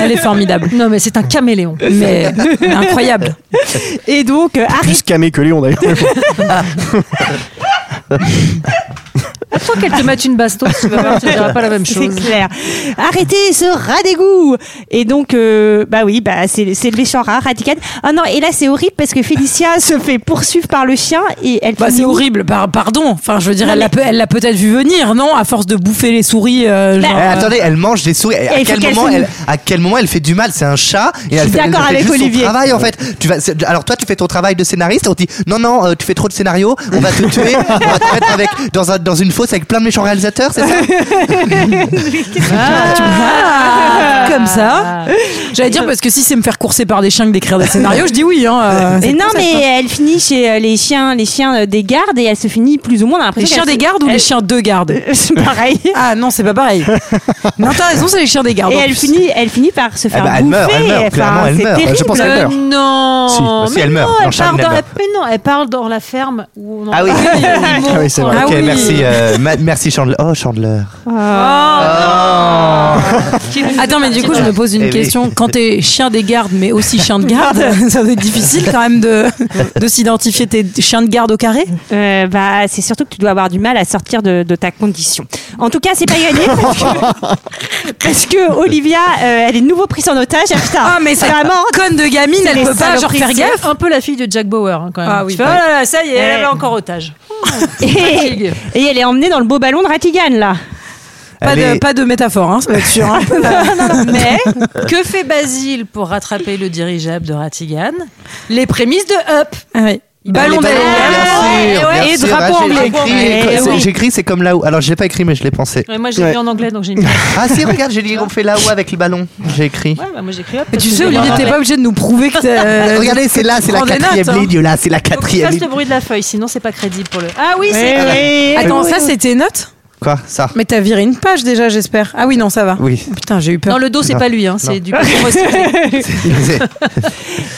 elle est formidable. Non, mais c'est un caméléon. Mais mais incroyable. Et donc, euh, Harry Plus camé que Léon d'ailleurs. Eh, Attends qu'elle te mette une baston, tu vas voir, tu ne diras pas la même chose. C'est clair. Arrêtez ce rat d'égout Et donc, euh, bah oui, bah c'est c'est le méchant rat, Ratigan. Ah non, et là c'est horrible parce que Félicia se fait poursuivre par le chien et elle. Bah, finit- c'est horrible, Par- pardon. Enfin, je veux dire, elle l'a peut- elle l'a peut-être vu venir, non À force de bouffer les souris. euh, genre, Eh, euh, attendez, elle mange des souris. Et À il faut quel, qu'elle moment finisse. elle, à quel moment elle fait du mal C'est un chat. Et elle suis fait, elle d'accord fait avec juste son Olivier. travail en fait. Tu vas, c'est- alors toi, tu fais ton travail de scénariste. On te dit non, non, euh, tu fais trop de scénarios. On va te tuer. on va te mettre avec, dans, un- dans une fosse avec plein de méchants réalisateurs. C'est ça Ah, comme ça. J'allais dire parce que si c'est me faire courser par des chiens que d'écrire des scénarios, je dis oui. Hein, euh, c'est Mais non, comme ça, mais quoi. elle finit chez euh, les chiens, les chiens euh, des gardes et elle se finit plus ou moins. on a les l'impression chiens qu'elle des se- gardes ou les elle- chiens de garde C'est pareil. Ah non, c'est pas pareil. Non, t'as raison, c'est les chiens des gardes. Et en elle plus. finit, elle finit par se faire bah, elle bouffer. meurt, elle meurt, Enfin, clairement, elle c'est meurt. Je terrible. pense qu'elle Euh, meurt. non, Si, bah, si, mais elle meurt. non, Non, elle part Charline, dans elle la, meurt. mais non, elle part dans la ferme où on en Ah oui. parlait, les animaux, Ah oui, c'est vrai. quoi. Ah Ok, oui. merci, euh, ma- merci Chandler. Oh Chandler. Attends, mais du coup, je me pose une Eh oui. question. Quand t'es chien des gardes, mais aussi chien de garde, ça doit être difficile quand même de, de s'identifier tes chiens de garde au carré. Euh, bah, c'est surtout que tu dois avoir du mal à sortir de, de ta condition. En tout cas, c'est pas gagné parce que, parce que Olivia, euh, elle est de nouveau prise en otage. Ah, putain, Ah, mais cette vraiment. conne de gamine, elle les peut pas genre saloperies, faire gaffe. C'est un peu la fille de Jack Bauer hein, quand même. Ah oui, Tu fais, bah. oh là là, ça y est, elle Eh. est encore otage. Et, et elle est emmenée dans le beau ballon de Ratigan là. Pas, Elle de, est- pas de métaphore, hein, ça va être sûr. hein. Mais que fait Basile pour rattraper le dirigeable de Ratigan Les prémices de Up. Ah oui. Ballon Les ballons, d'air. bien sûr, bien et sûr. drapeau Ah, j'ai- anglais. j'ai écrit- Eh c'est- oui. J'écris, c'est comme là-haut. Alors je l'ai pas écrit, mais je l'ai pensé. Ouais, Euh, moi j'ai Ouais. mis en anglais donc j'ai mis. Ouais, Ah si, regarde, j'ai dit on fait là-haut avec le ballon. J'ai écrit. bah, moi j'écris Up. Mais parce tu que sais, j'ai- Olivier, t'es pas obligé de nous prouver que t'as- Euh, Regardez, c'est là, c'est la Euh, prends des quatrième notes, hein. ligne. Là, c'est la Faut que tu quatrième fasses le ligne. bruit de la feuille, sinon c'est pas crédible pour le. Ah oui, c'est. Attends, ça c'est tes notes Quoi, ça Mais t'as viré une page déjà, j'espère. Ah oui, non, ça va. Oui. Putain, j'ai eu peur. Non, le dos c'est Non. pas lui, hein, c'est du coton recyclé.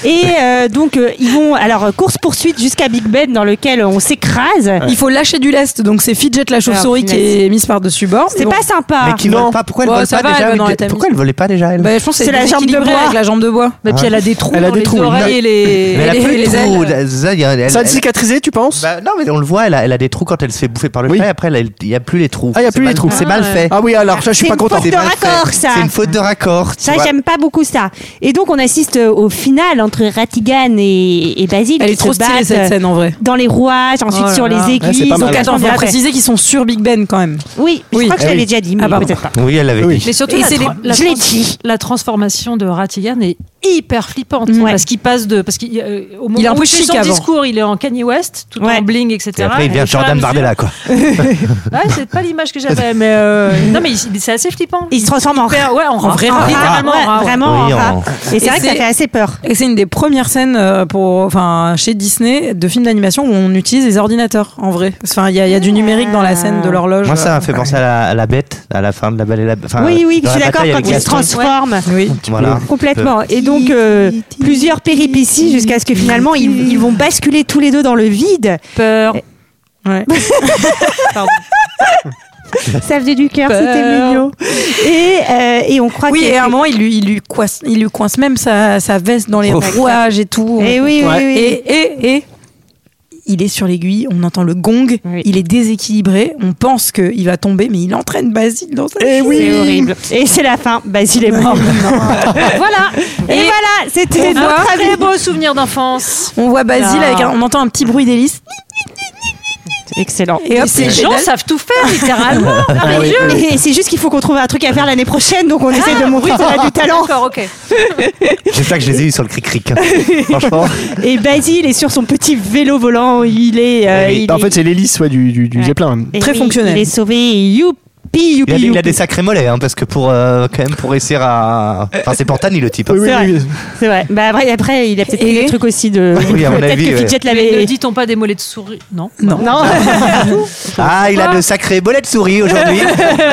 Et euh, donc euh, ils vont alors course poursuite jusqu'à Big Ben dans lequel on s'écrase. Il faut lâcher du lest, donc c'est Fidget la chauve-souris qui punaise. est mise par-dessus bord. C'est Bon. pas sympa. Mais qui Non. vole pas Pourquoi elle Bon, vole ça pas va, elle déjà va avec dans la des- tamise. Pourquoi elle volait pas déjà elle Bah, je pense que c'est la jambe de bois avec la jambe de bois. Mais puis elle a des trous Elle a dans des les trous, une oreilles note. et les. Mais elle a et les- plus les de ailes. trous. Elle- ça, il y a- elle- Ça a elle- cicatrisé, tu penses Bah, non, mais on le voit, elle a, elle a des trous quand elle se fait bouffer par le Oui. chat et après, elle a- il n'y a plus les trous. Ah, il y a C'est plus les mal- trous. C'est mal fait. Ah oui, alors ça, je suis C'est pas une content. faute de mal raccord, fait. ça. C'est une faute de raccord. tu Ça, vois. j'aime pas beaucoup ça. Et donc, on assiste euh, au final entre Ratigan et, et Basile. Elle qui est trop se stylée battent, cette scène en vrai. euh, Dans les rouages, ensuite Oh là sur les là. Ouais, aiguilles. c'est pas mal. Donc, Donc attends, attends, faut préciser qu'ils sont sur Big Ben quand même. Oui, je Oui. crois que Eh je l'avais oui. déjà dit, mais Ah, pardon. peut-être pas. Oui, elle l'avait dit. Mais surtout, Et la, c'est tra- les- la, je l'ai trans- dit. la transformation de Ratigan est hyper flippante Ouais. parce qu'il passe de parce qu'il euh, au moment Il est un où peu il fait chic son avant. discours il est en Kanye West tout Ouais. en bling etc Et après, il devient au fur et à Jordan mesure- Bardella, quoi. ouais, c'est pas l'image que j'avais mais euh, non mais il- c'est assez flippant Il se transforme en Hyper- ouais en, En vrai rat. littéralement en Ouais, rat, ouais. vraiment Oui, en rat. en- Et c'est vrai Et que ça Ah, c'est- fait assez peur. Et c'est une des premières scènes euh, pour, enfin, chez Disney de films d'animation où on utilise les ordinateurs en vrai. Enfin, il y, a- il y a du numérique dans la scène de l'horloge. euh. Moi, ça m'a fait penser à la, à la bête, à la fin de la belle et la enfin, oui, oui, dans je suis la d'accord bataille quand avec il se Gaston. transforme. Oui. Ah. Voilà. Complètement. Et donc, euh, plusieurs péripéties jusqu'à ce que finalement, ils, ils vont basculer tous les deux dans le vide. peur Ouais. Ça faisait du cœur, Peur. c'était mignon. Et, euh, et on croit Ah, Oui, que... et à un moment, il lui, il lui, coince, il lui coince même sa, sa veste dans les rouages et tout. Eh oui, oui, Ouais. oui. Et, et, et il est sur l'aiguille, on entend le gong, Oui. il est déséquilibré, on pense qu'il va tomber, mais il entraîne Basile dans sa Et chute. oui. C'est horrible. Et c'est la fin. Basile est mort. voilà Ah Et, et voilà, c'était on voit notre un avis. très beau souvenir d'enfance On voit Basile, Ah. avec un- on entend un petit bruit d'hélice. Excellent. Et hop, ces gens savent tout faire, littéralement. Ah, oui, oui. Et c'est juste qu'il faut qu'on trouve un truc à faire l'année prochaine, donc on essaie de montrer qu'on a du talent. D'accord, ok. J'espère que je les ai eus sur le cric-cric. hein. Franchement. Et Basile est sur son petit vélo volant. Il est. euh, Et- il Bah, en est- fait, c'est l'hélice ouais, du, du, du Ouais. Zeppelin. Et Très oui, fonctionnel. Il est sauvé. Youpi, youpi, Il a, des- il a youpi. des sacrés mollets, hein, parce que pour euh, quand même pour réussir à. Enfin, c'est Pantani le type. hein. Oui, oui, C'est vrai. oui. C'est vrai. Bah, après, après, il a peut-être Et- des trucs aussi de. Oui, à mon peut-être avis, que ouais. Fidget Mais ne l'avait. dit-on pas des mollets de souris Non. Non. Non, Ah, il a de sacrés mollets de souris aujourd'hui.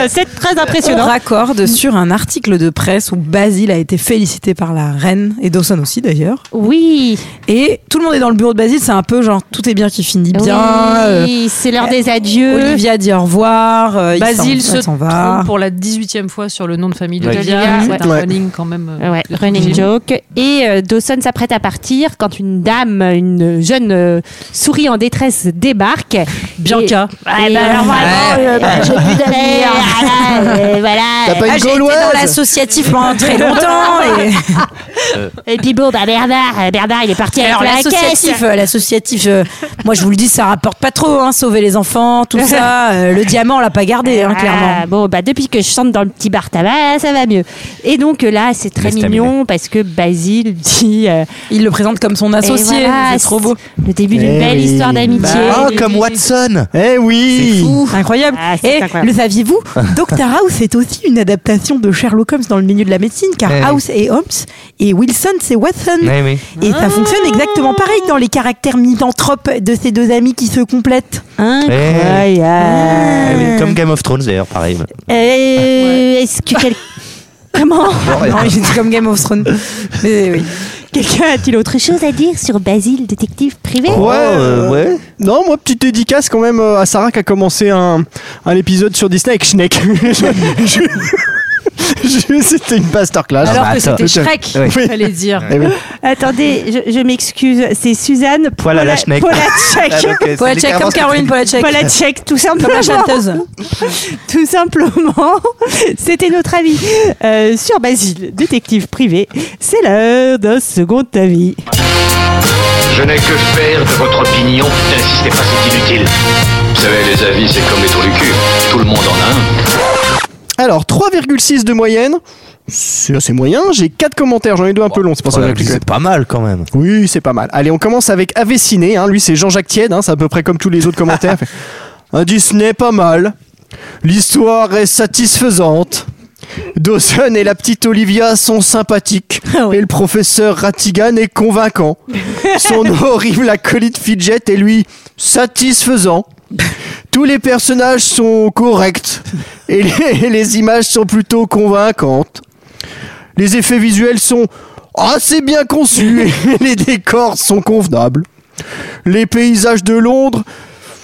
c'est très On impressionnant. Mm. raccorde sur un article de presse où Basile a été félicité par la reine, et Dawson aussi d'ailleurs. Oui, Et tout le monde est dans le bureau de Basile, c'est un peu genre tout est bien qui finit bien. euh, oui, c'est l'heure des adieux. Olivia dit au revoir. euh, il Bah, Basile s'en- se elle s'en trompe va. pour la 18e fois sur le nom de famille de Ouais. Olivia. Ouais. C'est un Ouais. running quand même. euh, Ouais, de tout le running film. joke. Et euh, Dawson s'apprête à partir quand une dame, une jeune euh, souris en détresse débarque. Bianca. Et, bah, alors, euh, bah, j'ai plus d'avenir. Voilà, euh, voilà. T'as Ah, pas une j'ai été dans gauloise l'associatif pendant très longtemps. Et... Et puis bon, bah, Bernard, euh, Bernard, il est parti Alors avec la caisse. l'associatif, euh, l'associatif, euh, moi je vous le dis, ça rapporte pas trop. Hein, sauver les enfants, tout ça. euh, le diamant, on l'a pas gardé, hein, clairement. Ah, bon, bah, depuis que je chante dans le petit bar tabac, ça va mieux. Et donc euh, là, c'est très Laisse terminer. mignon parce que Basile dit euh, Il le présente comme son Et associé. voilà, c'est trop beau. Le début d'une Eh belle oui. Bah. histoire d'amitié. Oh, comme Watson. Eh oui Incroyable. Ah, c'est et incroyable. le saviez-vous, Doctor House est aussi une adaptation de Sherlock Holmes dans le milieu de la médecine, car Eh oui. House est Holmes et Wilson c'est Watson. Oui, oui. Et ça fonctionne exactement pareil dans les caractères misanthropes de ces deux amis qui se complètent. Ah, Eh. Incroyable. Eh oui, Comme Game of Thrones d'ailleurs, pareil. Euh, Est-ce que quel- Comment Non, j'ai dit comme Game of Thrones. Mais oui. Quelqu'un a-t-il autre chose à dire sur Basile, détective privé Oh, euh, ouais. Non, moi, petite dédicace quand même euh, à Sarah qui a commencé un, un épisode sur Disney avec Schneck. Je- je- C'était une masterclass. Alors bah, que c'était attends. Shrek, Oui. fallait dire. Eh oui. Attendez, je, je m'excuse, c'est Suzanne Voilà, la Pola- Schneck. Polacek. Ah, donc, euh, c'est Polacek, littéralement comme ce que Caroline Polacek. Polacek, tout Comme la simplement. chanteuse. Tout simplement. C'était notre avis euh, sur Basile, détective privé. C'est l'heure d'un second avis. Je n'ai que faire de votre opinion. N'insistez pas, c'est inutile. Vous savez, les avis, c'est comme les trous du cul. Tout le monde en a un. Alors, 3,6 de moyenne. C'est assez moyen. J'ai 4 commentaires. J'en ai deux un peu longs. C'est pour ça que Oh, j'ai puis cliqué. C'est pas mal quand même. Oui, c'est pas mal. Allez, on commence avec Avessiné. Hein. Lui, c'est Jean-Jacques Tiède. Hein. C'est à peu près comme tous les autres commentaires. Fait, Un Disney pas mal. L'histoire est satisfaisante. Dawson et la petite Olivia sont sympathiques. Et le professeur Ratigan est convaincant. Son horrible acolyte Fidget est lui satisfaisant. Tous les personnages sont corrects. Et les- les images sont plutôt convaincantes. Les effets visuels sont assez bien conçus et les décors sont convenables. Les paysages de Londres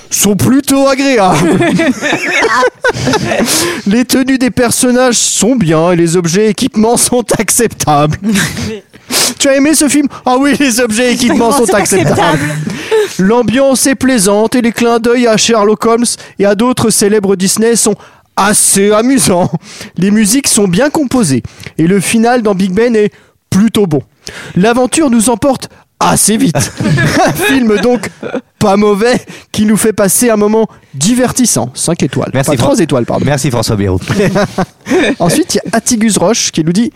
sont plutôt agréables. les tenues des personnages sont bien et les objets et équipements sont acceptables. Tu as aimé ce film Ah oui, les objets et équipements sont acceptables. L'ambiance est plaisante et les clins d'œil à Sherlock Holmes et à d'autres célèbres Disney sont assez amusants. Les musiques sont bien composées et le final dans Big Ben est plutôt bon. L'aventure nous emporte assez vite. un film donc pas mauvais qui nous fait passer un moment divertissant. 5 étoiles. Merci, Enfin, Fran- trois étoiles, pardon. Merci François Bayrou. Ensuite, il y a Attigus Roche qui nous dit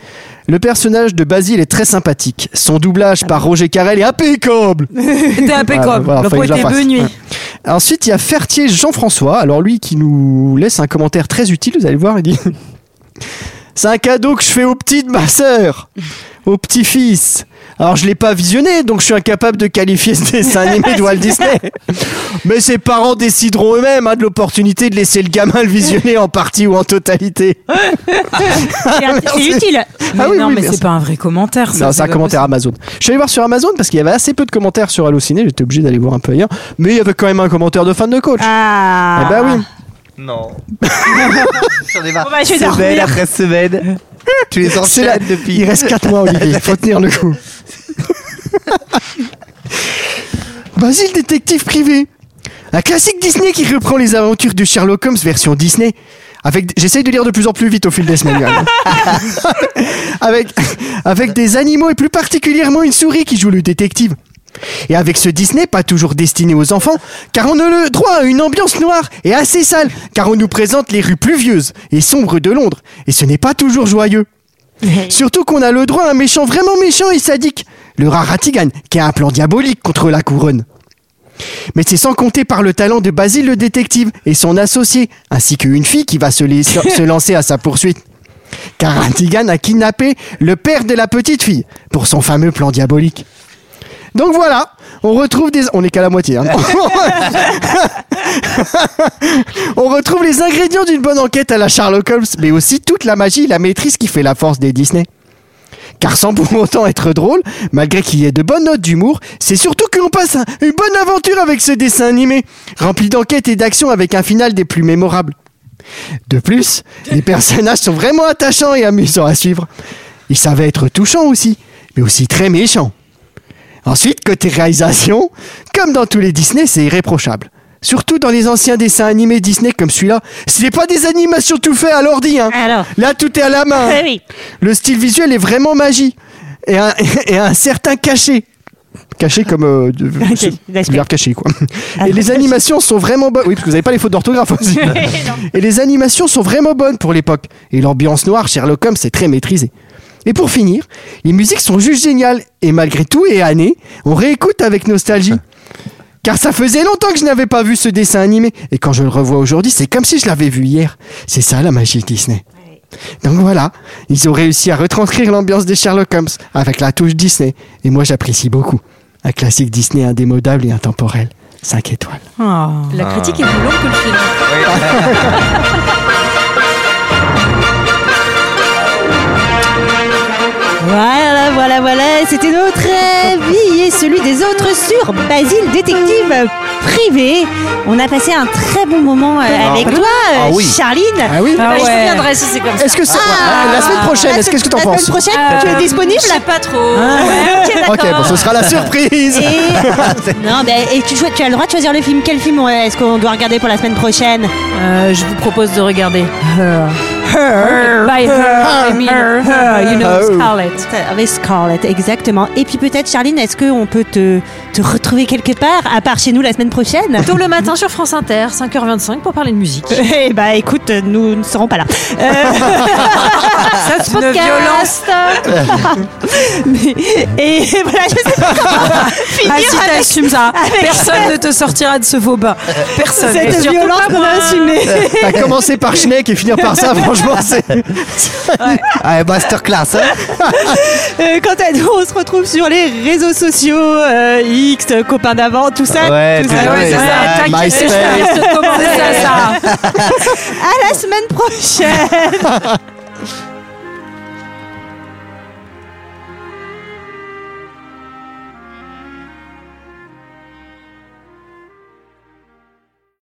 Le personnage de Basile est très sympathique. Son doublage par Roger Carrel est impeccable. C'était Ah, impeccable. bah, voilà, le pot fallait que je la était fasse. venu. Ouais. Ensuite, il y a Fertier Jean-François. Alors lui qui nous laisse un commentaire très utile, vous allez voir, il dit C'est un cadeau que je fais au petit de ma sœur, au petit-fils. Alors je l'ai pas visionné, donc je suis incapable de qualifier ce dessin animé de Walt Disney. Mais ses parents décideront eux-mêmes hein, de l'opportunité de laisser le gamin le visionner en partie ou en totalité. C'est utile. Mais Ah, oui, non, oui, mais merci. c'est pas un vrai commentaire. Non, c'est un Ah, commentaire Amazon. Je suis allé voir sur Amazon parce qu'il y avait assez peu de commentaires sur Allociné, j'étais obligé d'aller voir un peu ailleurs. Mais il y avait quand même un commentaire de fan de coach. Ah. Eh ben oui. Non. J'en ai marre. Bon, bah, je vais semaine dormir. après semaine. Tu les C'est enchaînes la- depuis. Il reste 4 mois, Olivier. Il faut tenir le coup. Basile, détective privé. Un classique Disney qui reprend les aventures de Sherlock Holmes version Disney. Avec, j'essaye de lire de plus en plus vite au fil des semaines. hein. avec, avec des animaux et plus particulièrement une souris qui joue le détective. Et avec ce Disney pas toujours destiné aux enfants, car on a le droit à une ambiance noire et assez sale, car on nous présente les rues pluvieuses et sombres de Londres, et ce n'est pas toujours joyeux. Surtout qu'on a le droit à un méchant vraiment méchant et sadique, le Raratigan, qui a un plan diabolique contre la couronne. Mais c'est sans compter par le talent de Basile le détective et son associé, ainsi qu'une fille qui va se, lais- se lancer à sa poursuite. Car Ratigan a kidnappé le père de la petite fille pour son fameux plan diabolique. Donc voilà, on retrouve des... On est qu'à la moitié. hein. on retrouve les ingrédients d'une bonne enquête à la Sherlock Holmes, mais aussi toute la magie et la maîtrise qui fait la force des Disney. Car sans pour autant être drôle, malgré qu'il y ait de bonnes notes d'humour, c'est surtout que l'on passe un- une bonne aventure avec ce dessin animé, rempli d'enquêtes et d'actions avec un final des plus mémorables. De plus, les personnages sont vraiment attachants et amusants à suivre. Ils savaient être touchants aussi, mais aussi très méchants. Ensuite, côté réalisation, comme dans tous les Disney, c'est irréprochable. Surtout dans les anciens dessins animés Disney comme celui-là, ce n'est pas des animations tout fait à l'ordi. Hein. Là, tout est à la Ah main. hein. Le style visuel est vraiment magie et un, et un certain cachet. Caché comme. euh, de- vulgaire caché, quoi. Ah, Et les animations sont vraiment bonnes. Oui, parce que vous n'avez pas les fautes d'orthographe aussi. et les animations sont vraiment bonnes pour l'époque. Et l'ambiance noire, Sherlock Holmes, c'est très maîtrisé. Et pour finir, les musiques sont juste géniales. Et malgré tout, et année, on réécoute avec nostalgie. Car ça faisait longtemps que je n'avais pas vu ce dessin animé. Et quand je le revois aujourd'hui, c'est comme si je l'avais vu hier. C'est ça la magie Disney. Donc voilà, ils ont réussi à retranscrire l'ambiance des Sherlock Holmes avec la touche Disney. Et moi j'apprécie beaucoup. Un classique Disney indémodable et intemporel. 5 étoiles. La critique est plus longue que le film. Voilà, voilà, voilà, c'était notre avis et celui des autres sur Basile Détective Privé. On a passé un très bon moment euh, Ah. avec toi, euh, Ah oui. Charline. Ah oui. Ah Je ouais. reviendrai si c'est comme ça. Est-ce que ça- Ah, la semaine prochaine, la est-ce- qu'est-ce que t'en la penses semaine prochaine, Euh, tu es disponible je sais pas trop. Ouais, ok, Ok, d'accord. bon, ce sera la surprise. Et- non, mais et tu, cho- tu as le droit de choisir le film. Quel film ouais, est-ce qu'on doit regarder pour la semaine prochaine Euh, Je vous propose de regarder. Her. By her, I mean her, you know, Scarlett. Euh, Avec Scarlett, exactement. Et puis peut-être, Charline, est-ce qu'on peut te, te retrouver quelque part, à part chez nous la semaine prochaine Tôt le matin sur France Inter, 5h25 pour parler de musique. Eh bah écoute, nous ne serons pas là. Euh, Ça se podcast. Mais- et voilà, je sais pas comment finir Ah, si avec- t'assumes ça, avec- personne ne te sortira de ce faux pas. Personne. Cette Et surtout violence pas qu'on a moi. assumée. T'as commencé par Schneck et finir par ça, franchement, c'est. Ah, Ouais, masterclass. hein. Euh, quant à nous, on se retrouve sur les réseaux sociaux, euh, X, copains d'avant, tout ça. Ouais, tout tout Ah ça, ouais, ça, t'inquiète, MySpace. je te laisse commencer C'est ça. À la semaine prochaine.